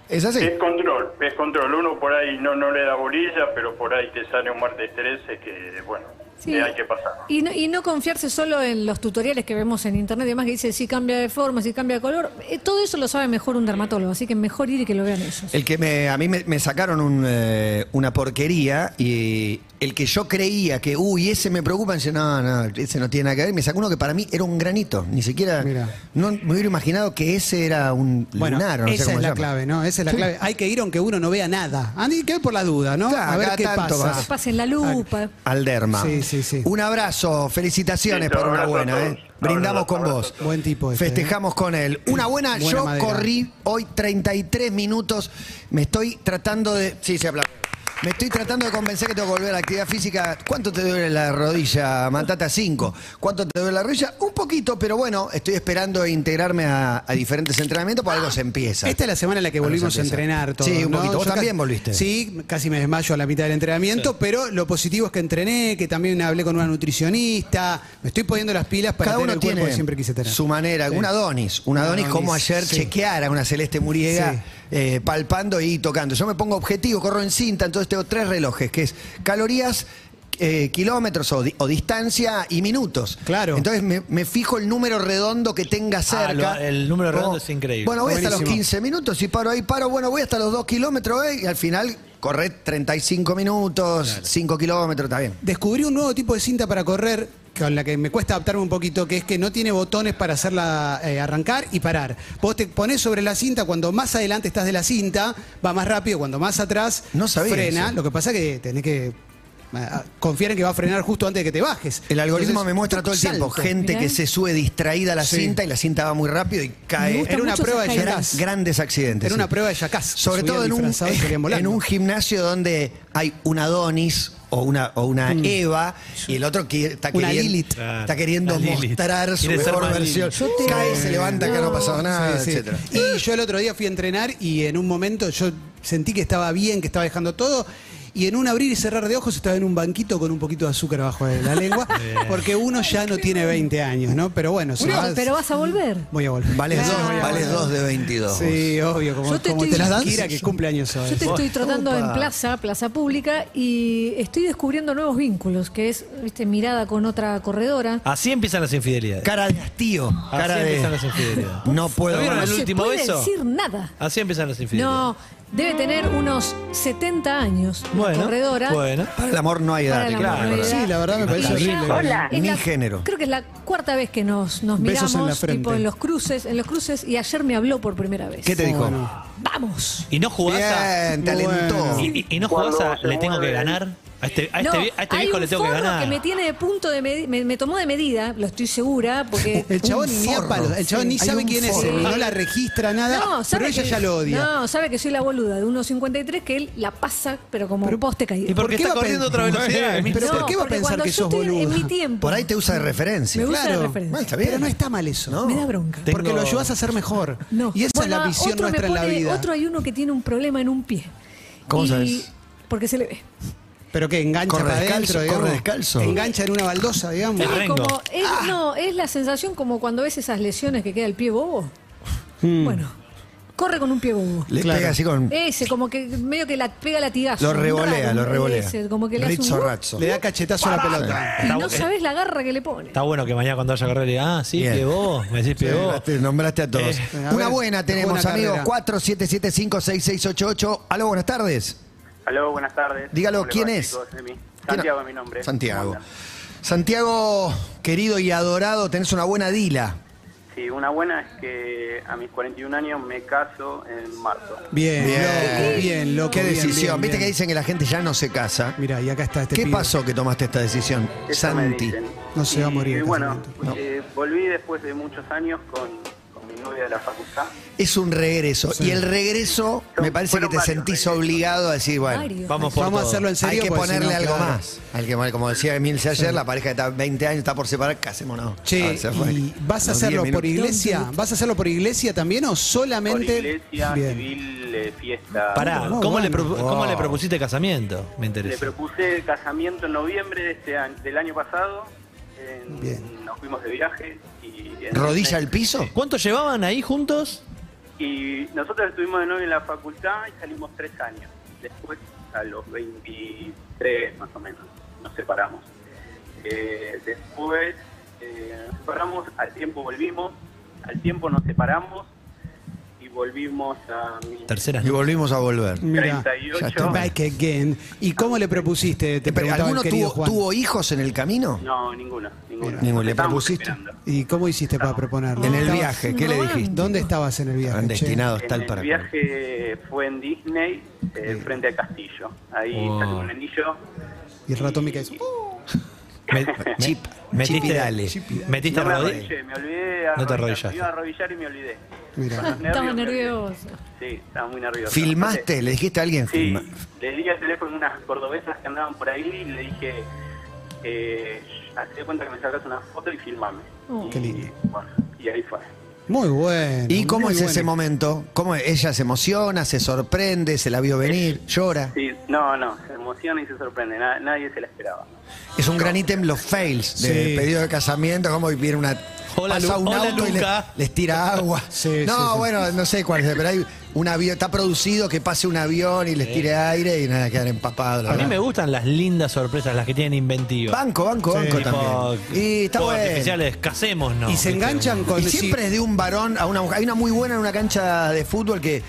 S3: ¿Es así?
S6: Es control, es control. Uno por ahí no, no le da bolilla, pero por ahí te sale un martes 13 que, bueno,
S1: sí.
S6: que hay que pasar.
S1: Y no, y no confiarse solo en los tutoriales que vemos en internet y demás que dice si cambia de forma, si cambia de color. Eh, todo eso lo sabe mejor un dermatólogo, así que mejor ir y que lo vean ellos.
S3: El que me, a mí me, me sacaron un, eh, una porquería y el que yo creía que, uy, ese me preocupa, dice, no, no, ese no tiene nada que ver. Me sacó uno que para mí era un granito, ni siquiera,
S4: Mira.
S3: no me hubiera imaginado que ese era un
S4: Bueno,
S3: lunar, o no sé
S4: esa es
S3: cómo se
S4: la
S3: llama.
S4: clave, ¿no? Esa es la clave. Hay que ir aunque uno no vea nada. Andy, que por la duda, ¿no?
S3: Claro,
S4: a ver
S3: cada
S4: qué
S3: tanto
S4: pasa.
S3: vas.
S1: Pasen la lupa.
S3: Al derma.
S4: Sí, sí, sí.
S3: Un abrazo, felicitaciones
S6: Listo,
S3: por una
S6: abrazo a
S3: buena,
S6: todos.
S3: ¿eh? Brindamos
S6: Abrazo,
S3: con
S6: abrazo a
S3: vos.
S6: todos.
S4: Buen tipo este,
S3: Festejamos con él. Una buena,
S4: Buena
S3: yo
S4: madera.
S3: corrí hoy 33 minutos. Me estoy tratando de. Sí, se aplaude. Me estoy tratando de convencer que tengo que volver a la actividad física. ¿Cuánto te duele la rodilla, Matata? 5. ¿Cuánto te duele la rodilla? Un poquito, pero bueno, estoy esperando integrarme a, a diferentes entrenamientos, por algo se empieza.
S4: Esta es la semana en la que
S3: Algo se
S4: volvimos a
S3: empieza.
S4: entrenar todo.
S3: Sí, un
S4: ¿no?
S3: poquito. Vos
S4: Yo
S3: también
S4: casi-
S3: volviste.
S4: Sí, casi me desmayo a la mitad del entrenamiento, pero lo positivo es que entrené, que también hablé con una nutricionista. Me estoy poniendo las pilas para
S3: Cada
S4: tener
S3: uno
S4: el cuerpo
S3: tiene
S4: que siempre quise tener.
S3: su manera, un Adonis, un
S4: Un
S3: Adonis,
S4: Adonis,
S3: como ayer
S4: sí.
S3: chequeara una Celeste Muriega
S4: Sí.
S3: eh, palpando y tocando. Yo me pongo objetivo, corro en cinta, entonces tengo tres relojes, que es calorías, eh, kilómetros o, di- o distancia y minutos.
S4: Claro. Ah,
S3: Entonces me, me fijo el número redondo que tenga cerca.
S5: lo- el número redondo
S3: Como,
S5: es increíble.
S3: Bueno, voy hasta los
S4: Buenísimo.
S3: 15 minutos y paro ahí, paro, bueno, voy hasta los 2 kilómetros eh, y al final corré 35 minutos, 5 kilómetros, está bien.
S4: Descubrí un nuevo tipo de cinta para correr con la que me cuesta adaptarme un poquito, que es que no tiene botones para hacerla eh, arrancar y parar. Vos te pones sobre la cinta, cuando más adelante estás de la cinta, va más rápido, cuando más atrás
S3: No sabía
S4: frena.
S3: eso.
S4: Lo que pasa es que tenés que eh, confiar en que va a frenar justo antes de que te bajes.
S3: El algoritmo
S4: Entonces,
S3: me muestra todo el
S4: salto.
S3: tiempo gente
S1: Mirá.
S3: que se sube distraída a la
S4: Sí.
S3: cinta y la cinta va muy rápido y
S1: Me
S3: cae.
S1: gusta
S4: Era una
S1: mucho
S4: prueba
S1: esa
S4: de
S1: idea.
S3: Gran-
S4: Jackass.
S3: grandes accidentes.
S4: Era una
S3: sí.
S4: prueba de Jackass.
S3: Sobre
S4: Subían
S3: todo en un,
S4: disfrazados y salían
S3: <laughs> en
S4: volando.
S3: un gimnasio donde hay un Adonis o una, o una Eva y el otro que está
S4: Mm. Una
S3: queriendo,
S4: Lilith.
S3: está queriendo
S5: Una Lilith.
S3: mostrar su
S5: Quiere ser
S3: mejor
S5: más
S3: versión.
S5: Lilith.
S1: Yo te-
S3: Cae, se levanta, que no ha pasado nada,
S4: Sí, sí.
S3: etcétera.
S4: Y yo el otro día fui a entrenar y en un momento yo sentí que estaba bien, que estaba dejando todo. Y en un abrir y cerrar de ojos estaba en un banquito con un poquito de azúcar abajo de la
S5: <laughs>
S4: lengua, porque uno ya no tiene 20 años, ¿no? Pero bueno, si
S1: Pero-
S4: vas-
S1: pero vas a volver.
S4: voy a volver.
S3: Vales,
S1: Claro.
S3: dos, vales dos de 22.
S4: Sí, obvio, como,
S1: Yo te
S4: como
S1: estoy-
S4: te las dan,
S1: Yo-
S4: Kira, que cumple años hoy.
S1: Yo te estoy tratando en
S3: Opa.
S1: plaza, plaza pública, y estoy descubriendo nuevos vínculos, que es viste, mirada con otra corredora.
S5: Así empiezan las infidelidades.
S3: Cara de hastío.
S5: Así
S3: Cara
S5: empiezan las
S3: de.
S5: infidelidades.
S3: No puedo.
S5: ¿Lo vieron
S3: más.
S5: el
S1: no
S5: último
S1: se puede
S5: beso?
S1: decir nada.
S5: Así empiezan las infidelidades.
S1: No, debe tener unos 70 años la
S5: bueno,
S1: corredora.
S5: bueno.
S3: Para el amor no hay edad.
S1: Para el
S3: Ricardo,
S1: amor no
S5: hay
S3: la verdad.
S5: edad.
S4: Sí, la verdad me parece
S1: Y
S4: horrible.
S1: ya-
S4: Hola.
S1: es
S3: Ni
S1: la-
S3: género.
S1: Creo que es la cuarta vez que nos, nos
S4: Besos
S1: miramos
S4: en la frente.
S1: tipo, en los cruces, en los cruces, y ayer me habló por primera vez.
S3: ¿Qué te dijo?
S4: Bueno.
S1: ¡Vamos!
S5: Y no jugás a.
S3: Bien, te alentó.
S5: Y, y- y no jugás a. Le tengo que ganar. A este, a este,
S1: No,
S5: vie- a este
S1: hay
S5: viejo
S1: un
S5: le tengo que
S1: forro
S5: ganar.
S1: me tiene de punto de medi- me, me tomó de medida, lo estoy segura, porque
S4: <laughs> El chabón ni a
S3: forro.
S4: palos, el chabón ni
S3: Hay
S4: sabe
S3: un
S4: quién es,
S3: forro.
S4: él, no la registra nada, pero
S1: sabe
S4: ella
S1: que-
S4: ya lo odia.
S1: No, sabe que soy la boluda de 1.53 que él la pasa, pero como poste caído.
S5: ¿Y por qué
S4: va
S5: está
S4: a
S5: corriendo a otra
S4: pensar-
S5: velocidad?
S4: ¿Pero
S1: No,
S4: por qué va a
S1: porque
S4: pensar
S1: cuando
S4: que
S1: yo
S4: sos
S1: estoy
S4: boluda?
S1: En mi tiempo.
S3: Por ahí te usa de referencia.
S1: Me gusta
S4: Claro.
S1: la referencia.
S3: Bueno, está bien.
S4: Pero no está mal eso.
S3: No.
S1: Me da bronca.
S5: Tengo-
S4: Porque lo ayudas a ser mejor.
S1: Oh. No.
S4: Y esa
S1: Bueno,
S4: es la
S1: ah,
S4: visión
S1: otro me
S4: nuestra en la
S1: pone-
S4: vida.
S1: Otro hay uno que tiene un problema en un pie.
S3: ¿Cómo
S1: Y-
S3: sabes?
S1: Porque se le ve.
S4: Pero que engancha
S3: Corre
S4: para
S3: descalzo,
S4: adentro,
S3: corre
S4: digamos.
S3: descalzo.
S4: Engancha en una baldosa, digamos.
S5: Es
S1: Es
S5: Rengo.
S1: como, es- No, es la sensación como cuando ves esas lesiones que queda el pie bobo. Bueno, corre con un pie bobo.
S3: Le
S4: Claro.
S3: pega así con.
S1: Ese, como que medio que la pega latigazo.
S3: Lo revolea,
S1: Raro,
S3: lo revolea.
S1: ese, como que le hace un
S3: Rizzo
S1: ¡uh!
S3: razzo.
S4: Le da cachetazo a la pelota.
S1: Y
S5: Está
S1: no
S5: bu-
S1: sabes la garra que le pone.
S5: Está bueno que mañana cuando vaya a correr le diga, ah, sí,
S3: Bien.
S5: pie vos, me decís pie
S3: Sí,
S5: vos.
S3: nombraste- nombraste a todos.
S5: Eh,
S4: a
S3: Una
S4: ver,
S3: buena tenemos,
S4: buena
S3: amigos.
S4: carrera.
S3: 47756688. Aló, buenas tardes.
S8: Aló, buenas tardes.
S3: Dígalo,
S8: ¿Cómo le
S3: ¿quién
S8: va,
S3: es?
S8: chicos? De mí.
S3: ¿Quién
S8: Santiago
S3: ha-
S8: es mi nombre.
S3: Santiago.
S8: ¿Cómo andan?
S3: Santiago, querido y adorado, tenés una buena dila.
S8: Sí, una buena es que a mis 41 años me caso en marzo.
S4: Bien,
S3: Bien.
S4: loco, bien, loco.
S3: Qué decisión. Viste que
S4: dice?
S3: dicen que la gente ya no se casa.
S4: Mira, y acá está este
S3: ¿Qué
S4: pibe.
S3: pasó que tomaste esta decisión,
S8: Eso me
S3: Santi?
S8: dicen.
S4: No se va a morir
S8: Y
S4: en
S8: bueno,
S4: casamiento, ¿no?
S8: eh, volví después de muchos años con, con mi novia de la facultad.
S3: Es un regreso.
S4: Sí.
S3: Y el regreso, me parece que
S8: Fueron
S3: te
S8: varios
S3: sentís
S8: regresos.
S3: obligado a decir, bueno,
S1: Varios.
S5: Vamos por
S4: Vamos a
S5: todo.
S4: hacerlo en serio.
S3: hay que
S4: porque si
S3: ponerle
S4: no,
S3: algo
S4: claro.
S3: más. Hay que, poner- como decía Emil ayer, la pareja que está 20 años está por separar, casémonos.
S4: Che,
S3: Ah, se fue.
S4: ¿y vas a
S3: Los
S4: hacerlo
S3: 10
S4: por
S3: minutos.
S4: iglesia? ¿Vas a hacerlo por iglesia también o
S8: Por
S4: solamente?
S8: iglesia,
S4: Bien.
S8: civil, eh, fiesta.
S5: Pará,
S4: No,
S5: ¿cómo, le
S4: bueno.
S5: propu- ¿cómo le propusiste casamiento? Me
S8: Le
S5: interesa.
S8: propuse casamiento en noviembre de este año, del año pasado. En-
S4: Bien.
S8: Nos fuimos de viaje. y en-
S3: ¿Rodilla al piso?
S5: ¿Cuánto llevaban ahí juntos?
S8: Y nosotros estuvimos de novio en la facultad y salimos tres años. Después, a los 23 más o menos, nos separamos. Eh, después eh, nos separamos, al tiempo volvimos, al tiempo nos separamos y volvimos a mi
S5: Terceras.
S3: Y
S5: ¿no?
S3: volvimos a volver.
S4: Mira,
S3: ya
S8: 38.
S3: está.
S4: back again. ¿Y cómo le propusiste? Te
S3: Pero,
S4: preguntaba el
S3: ¿Alguno
S4: querido
S3: tuvo,
S4: Juan.
S3: tuvo hijos en el camino?
S8: No, ninguno, ninguno.
S3: Ninguno, ¿le
S8: Estábamos
S3: propusiste?
S8: esperando.
S4: ¿Y cómo hiciste para proponerlo?
S3: En el
S4: ¿Estabas-
S3: viaje, ¿qué le dijiste?
S4: ¿Dónde estabas en el viaje?
S3: Están
S4: che?
S3: destinados
S8: En
S3: tal
S8: el
S3: para cual.
S8: viaje fue en Disney, eh, frente al castillo. Ahí
S5: Wow.
S8: salió un anillo.
S4: Y el ratón me cae. "Uh".
S5: Me-
S3: <laughs> Chip. Chip y
S5: metiste,
S3: dale.
S5: metiste
S8: No eh, me
S5: rodillas.
S8: arrodillé, me olvidé de
S5: No te
S8: arrodillar.
S5: arrodillaste.
S8: Me iba a arrodillar y me olvidé. Con
S4: Mira.
S8: los
S1: Estaba
S8: nervios me olvidé.
S1: nervioso.
S8: Sí, estaba muy nervioso.
S3: ¿Filmaste? ¿Le dijiste a alguien?
S8: Sí,
S3: Filma.
S8: le di al teléfono a unas cordobesas que andaban por ahí y le dije, eh, hazte de cuenta que me sacas una foto y filmame.
S1: Oh.
S8: Y,
S4: Qué lindo.
S8: Bueno, y ahí fue.
S4: Muy bueno.
S3: ¿Y cómo
S4: muy
S3: es ese
S4: bueno.
S3: momento? ¿Cómo ella se emociona, se sorprende, se la vio venir, llora?
S8: Sí, no, no, se emociona y se sorprende. na- nadie se la esperaba.
S3: Es un gran ítem los fails de
S4: Sí.
S3: pedido de casamiento, como viene una
S5: Hola,
S3: pasa
S5: Lu-
S3: un
S5: hola,
S3: auto y le-
S5: Luca.
S3: les tira agua.
S4: Sí,
S3: no,
S4: sí, sí.
S3: bueno, no sé cuál es, pero hay un avión, está producido que pase un avión y les tire aire y nada, quedan empapados. la
S5: A mí
S3: verdad.
S5: me gustan las lindas sorpresas, las que tienen inventiva.
S3: Banco, banco,
S4: Sí.
S3: banco
S5: Tipo,
S3: también. Y está
S5: fuegos
S3: bueno.
S5: artificiales, casémonos.
S4: Y se
S5: ¿viste?
S4: enganchan con.
S3: Y siempre es de un varón a una mujer. Hay una muy buena en una cancha de fútbol que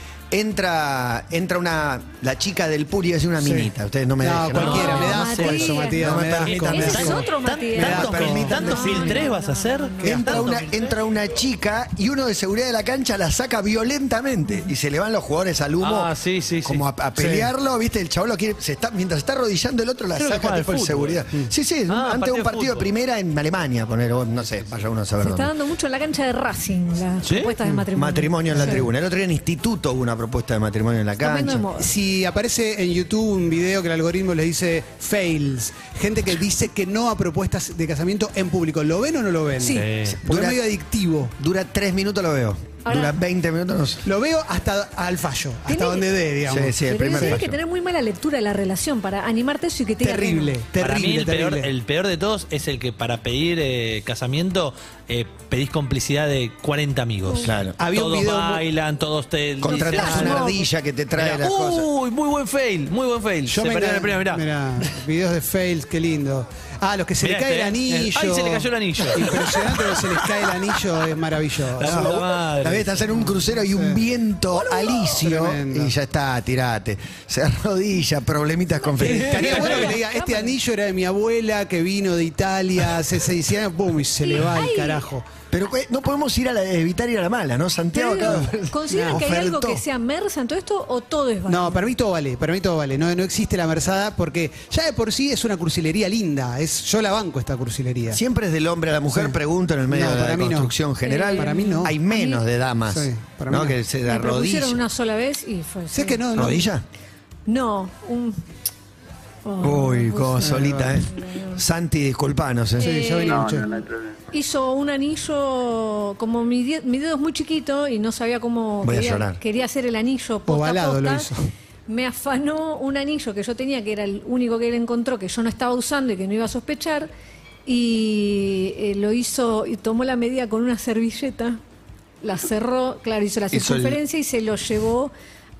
S3: entra entra una la chica del puri es una
S4: Sí.
S3: minita. Ustedes no me
S4: No,
S3: dejan.
S4: cualquiera,
S1: No,
S4: me da asco
S1: Matías.
S4: eso, Matías.
S3: No me
S4: me da asco,
S3: permitan
S4: me da
S1: Ese es
S4: asco.
S1: otro Matías.
S3: me da
S5: ¿Tantos
S3: perdón.
S5: fil- tantos
S1: Ay,
S5: filtres vas a hacer?
S3: Entra
S5: ¿Tantos
S3: una,
S5: filtres?
S3: entra una chica y uno de seguridad de la cancha la saca violentamente y se le van los jugadores al humo
S5: Ah, sí, sí, sí.
S3: como a, a pelearlo, viste, el chabón lo quiere, se está, mientras está arrodillando el otro la
S5: Creo que
S3: saca
S5: juega al
S3: tipo el
S5: fútbol.
S3: seguridad. Sí, sí, un-
S5: Ah,
S3: antes de
S5: partido
S3: un
S5: de
S3: partido de
S5: fútbol.
S3: primera en Alemania, poner, no sé, vaya uno a saber
S1: Se está
S3: dónde.
S1: dando mucho en la cancha de Racing las
S5: ¿Sí?
S1: propuestas de matrimonio.
S3: Matrimonio en la
S1: Sí.
S3: tribuna. El otro día en instituto hubo una propuesta de matrimonio en la
S1: Está poniendo
S3: cancha.
S1: de moda.
S4: Si aparece en YouTube un video que el algoritmo le dice fails, gente que dice que no a propuestas de casamiento en público, ¿lo ven o no lo ven?
S3: Sí.
S5: Sí.
S4: Porque
S3: Dura-
S4: es medio adictivo.
S3: Dura tres minutos lo veo.
S1: Ahora-
S3: Dura 20 minutos no sé.
S4: Lo veo hasta al fallo,
S1: Tiene-
S4: hasta donde dé, digamos.
S3: Sí, sí, el
S1: Pero
S3: primer
S1: tenés que
S3: fallo.
S1: tener muy mala lectura de la relación para animarte a eso y que te diga que no.
S4: Terrible, terrible,
S5: para mí el
S4: terrible.
S5: peor, el peor de todos es el que para pedir eh, casamiento eh, pedís complicidad de 40 amigos.
S3: Claro.
S4: Había un
S5: todos
S4: video muy-
S5: bailan, todos te
S3: Contratás
S5: dicen,
S3: una
S5: "Ah, no".
S3: ardilla que te trae
S5: Mirá,
S3: las cosas.
S1: Uh.
S5: Uy, muy buen fail, muy buen fail. se perdió
S4: engan-
S5: la primera, mirá.
S4: Mirá, videos de fails, qué lindo. Ah, los que se
S5: Mirá
S4: le cae
S5: este,
S4: el
S5: eh.
S4: anillo.
S5: Ay, se le cayó el anillo.
S4: Impresionante que se les cae el anillo, es maravilloso.
S5: La puta madre.
S3: La vez estás en un crucero y un viento alicio
S4: Tremendo.
S3: y ya está, tirate. Se arrodilla, problemitas con Felipe.
S5: <laughs>
S4: Estaría bueno Eh, que te diga, este anillo era de mi abuela que vino de Italia hace seis años, ¡pum! y se le va el
S1: Ay.
S4: carajo.
S3: Pero eh, no podemos ir a la, evitar ir a la mala, ¿no? Santiago
S1: Pero,
S3: acaba
S1: ¿Consideran que hay algo
S3: ofertó.
S1: que sea mersa en todo esto o todo es válido?
S4: No, para mí todo vale, para mí todo vale. No, no existe la merzada porque ya de por sí es una cursilería linda. Es, yo la banco esta cursilería.
S3: Siempre es del hombre a la mujer,
S4: Sí.
S3: pregunto en el medio
S4: No,
S3: de la
S4: para mí no.
S3: construcción general.
S1: Eh, Para
S4: mí no.
S3: Hay menos de damas,
S4: Sí, para mí
S3: ¿no?
S4: no.
S3: Que se
S1: Me
S3: arrodillan.
S1: propusieron una sola vez y fue.
S4: Sé
S1: sí.
S4: que no, no.
S3: ¿Rodilla?
S1: No, un. Oh,
S3: Uy,
S1: me puse-
S3: como solita, ¿eh? Santi, disculpanos, ¿eh?
S4: Sí, yo venía
S8: No,
S4: mucho.
S8: no, no hay problema.
S1: Hizo un anillo, como mi, die- mi dedo es muy chiquito y no sabía cómo
S3: Voy a
S1: quería,
S3: llorar.
S1: quería hacer el anillo posta a
S4: Ovalado lo
S1: posta.
S4: hizo.
S1: Me afanó un anillo que yo tenía, que era el único que él encontró, que yo no estaba usando y que no iba a sospechar, y eh, lo hizo, y tomó la medida con una servilleta, la cerró, claro, hizo la
S3: Hizo el-
S1: circunferencia y se lo llevó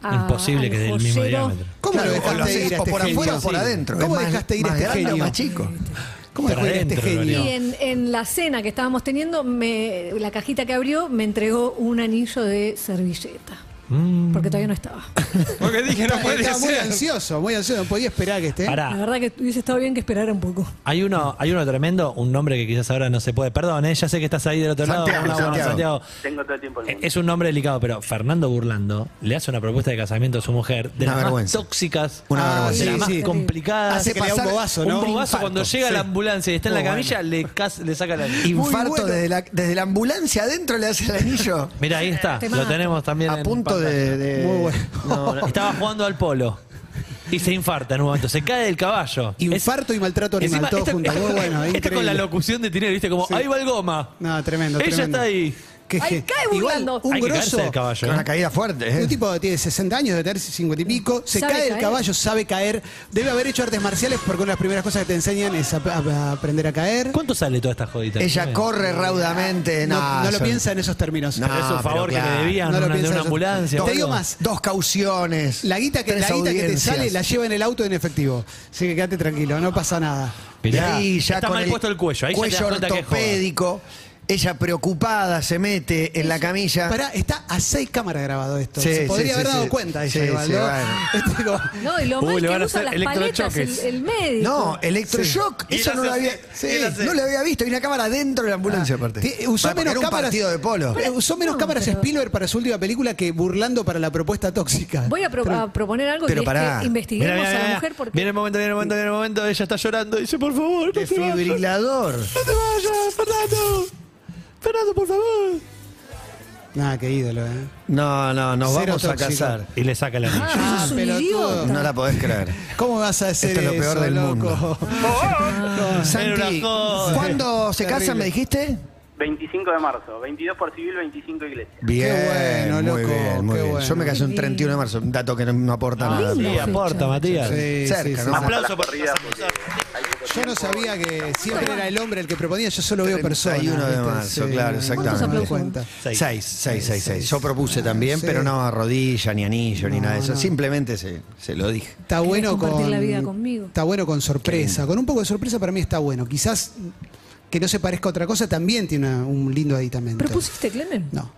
S1: a
S5: Imposible
S1: al
S5: que del mismo
S1: joyero.
S5: diámetro.
S4: ¿Cómo
S3: Claro,
S4: lo
S3: o lo
S4: dejaste
S3: haces
S4: ir a
S3: o
S4: este
S3: por
S4: genio?
S3: afuera o por
S4: Sí.
S3: adentro.
S4: ¿Cómo
S3: Es más-
S4: dejaste ir
S3: más
S4: a este
S3: grande o
S4: genio?
S3: más chico.
S4: ¿Cómo
S5: Para
S4: dejaste ir a este
S5: adentro,
S4: genio?
S5: Lorena.
S1: Y en, en la cena que estábamos teniendo, me, la cajita que abrió me entregó un anillo de servilleta.
S5: Mm.
S1: porque todavía no estaba.
S5: <laughs>
S9: Porque dije, no
S4: Está-
S9: puede
S4: estaba muy
S9: ser.
S4: ansioso, muy ansioso. No podía esperar que esté.
S5: Pará.
S1: La verdad que hubiese estado bien que esperara un poco.
S5: Hay uno, hay uno tremendo, un nombre que quizás ahora no se puede. Perdón, eh, ya sé que estás ahí del otro
S3: Santiago,
S5: lado.
S3: Santiago.
S8: Tengo todo el tiempo del
S5: Eh,
S8: mundo.
S5: Es un nombre delicado, pero Fernando Burlando le hace una propuesta de casamiento a su mujer de
S3: Una
S5: las
S3: vergüenza.
S5: más tóxicas,
S3: Una
S5: de
S3: vergüenza.
S5: las más
S4: Sí, sí.
S5: complicadas.
S4: Hace que le da un
S3: pasar
S4: bobazo,
S5: un
S4: ¿no?
S5: bobazo cuando
S4: Infarto.
S5: llega
S4: Sí.
S5: la ambulancia y está en la
S3: Oh,
S5: camilla, le, cas- le saca la.
S3: Infarto
S4: bueno.
S3: desde, la, desde la ambulancia adentro le hace el anillo.
S5: Mira, ahí está,
S1: Te
S5: lo
S1: mato.
S5: tenemos también.
S3: A
S5: en
S3: punto
S5: pantalla.
S3: de. de-
S4: Muy bueno.
S5: No, no, estaba jugando al polo y se infarta en un momento, se cae del caballo.
S4: Infarto y maltrato animal,
S5: Encima,
S4: todo
S5: esta- <laughs>
S4: junto. Muy bueno,
S5: esta con
S4: increíble.
S5: la locución de Tinelli, viste, como
S4: Sí.
S5: ahí va el goma.
S4: No, tremendo,
S5: Ella
S4: tremendo.
S5: está ahí.
S4: Que-
S1: Ay, cae
S4: Igual,
S1: burlando.
S4: un
S5: Hay que caerse
S4: grosso.
S5: del caballo.
S3: Con
S5: ¿eh?
S3: una caída fuerte, ¿eh?
S4: Un tipo que tiene 60 años, de tener 50 y pico, se
S1: Sabe
S4: cae del
S1: caer.
S4: caballo, sabe caer, debe haber hecho artes marciales porque una de las primeras cosas que te enseñan es a- a- a aprender a caer.
S5: ¿Cuánto sale toda esta jodita?
S3: Ella
S5: Dime.
S3: corre raudamente.
S4: No,
S3: No,
S4: no lo
S3: son-
S4: piensa en esos términos.
S3: No,
S5: Pero es un
S3: Ah,
S5: favor
S3: pero
S5: que le
S3: claro.
S5: debían
S4: No lo
S5: una- de
S4: piensa
S5: una
S4: eso.
S5: ambulancia.
S4: Te
S5: boludo.
S4: digo más.
S3: Dos cauciones.
S4: La guita, que,
S3: tres
S4: la guita que te
S3: audiencias.
S4: sale la lleva en el auto en efectivo. Así que quédate tranquilo, no pasa nada.
S5: Mirá,
S3: Y ahí ya
S5: está
S3: con
S5: mal puesto el cuello. Ahí ya te
S3: cuello
S5: das cuenta que es joda.
S3: ortopédico. Ella preocupada se mete en la camilla.
S4: Pará, está a seis cámaras grabado esto.
S3: Ah. Sí,
S4: Se
S3: sí,
S4: podría
S3: sí,
S4: haber
S3: sí.
S4: dado cuenta ella
S3: Sí,
S4: igual,
S3: sí,
S4: ¿no?
S3: bueno.
S4: <laughs> Este, como-
S1: No, y lo
S5: Uh,
S1: mal
S5: le
S1: que
S5: van a
S1: usa
S5: hacer
S1: las paletas, el,
S5: electrochoques.
S1: el médico.
S3: No, electroshock.
S5: Y
S3: Eso
S5: él
S3: no
S5: hace
S3: lo había,
S5: así, él
S3: sí,
S5: hace-
S3: no lo había visto. Hay una cámara dentro de la ambulancia, aparte.
S4: Te- usó
S3: Para- porque
S4: menos
S3: era un
S4: cámaras.
S3: partido de polo.
S4: Eh, Usó menos
S1: No,
S4: cámaras
S1: pero-
S4: Spielberg para su última película que burlando para la propuesta tóxica.
S1: Voy a, pro- a proponer algo
S3: pero
S1: y es
S3: pará.
S1: que investiguemos
S5: Mirá, mirá,
S1: a la
S5: mirá.
S1: mujer porque
S5: Viene el momento, viene el momento, viene el momento. Ella está llorando. Dice, por favor, no te vayas.
S3: Defibrilador.
S5: No te vayas, Fernando. Fernando, por favor.
S4: Nada, qué ídolo, ¿eh?
S3: No, no, nos
S4: Cero
S3: vamos
S4: tóxico.
S3: a casar.
S5: Y le saca la anillo.
S1: Ah, sos un
S4: pelotudo.
S1: idiota.
S3: No la podés creer.
S4: ¿Cómo vas a hacer
S3: Esto es lo peor
S4: eso,
S3: del
S4: loco? <laughs>
S3: mundo.
S5: Era
S3: Santi,
S5: una joda.
S3: ¿cuándo se
S4: Terrible.
S3: casan, me dijiste?
S8: 25 de marzo, 22 por civil, 25 iglesia.
S3: Bien,
S4: bueno,
S3: muy
S4: loco,
S3: bien, muy
S4: qué
S3: bien. Yo
S4: bueno.
S3: me casé un
S1: Qué
S3: 31 de marzo, un dato que no, no aporta
S1: Ah,
S3: nada.
S1: sí.
S5: Sí, aporta, Matías.
S4: Sí,
S3: Cerca,
S4: sí, sí,
S3: ¿no?
S4: sí.
S5: Aplauso por
S8: Corrida, porque hay poco
S4: Yo no
S8: tiempo.
S4: sabía que siempre era el hombre el que proponía, yo solo veo personas.
S3: 31 de
S4: ¿viste?
S3: marzo, claro, exactamente.
S1: ¿Cuántos
S4: me doy
S1: aplausos?
S4: cuenta.
S5: Seis.
S3: 6, 6, 6, 6. Yo
S4: seis.
S3: propuse también,
S4: sí.
S3: pero no a rodilla, ni anillo, ni
S4: No,
S3: nada de eso.
S4: no.
S3: Simplemente se, se lo dije.
S4: Está bueno
S1: compartir
S4: con.
S1: la vida conmigo?
S4: Está bueno con sorpresa. Con un poco de sorpresa para mí está bueno. Quizás que no se parezca a otra cosa también tiene una- un lindo aditamento.
S1: ¿Propusiste, Clemen?
S4: No.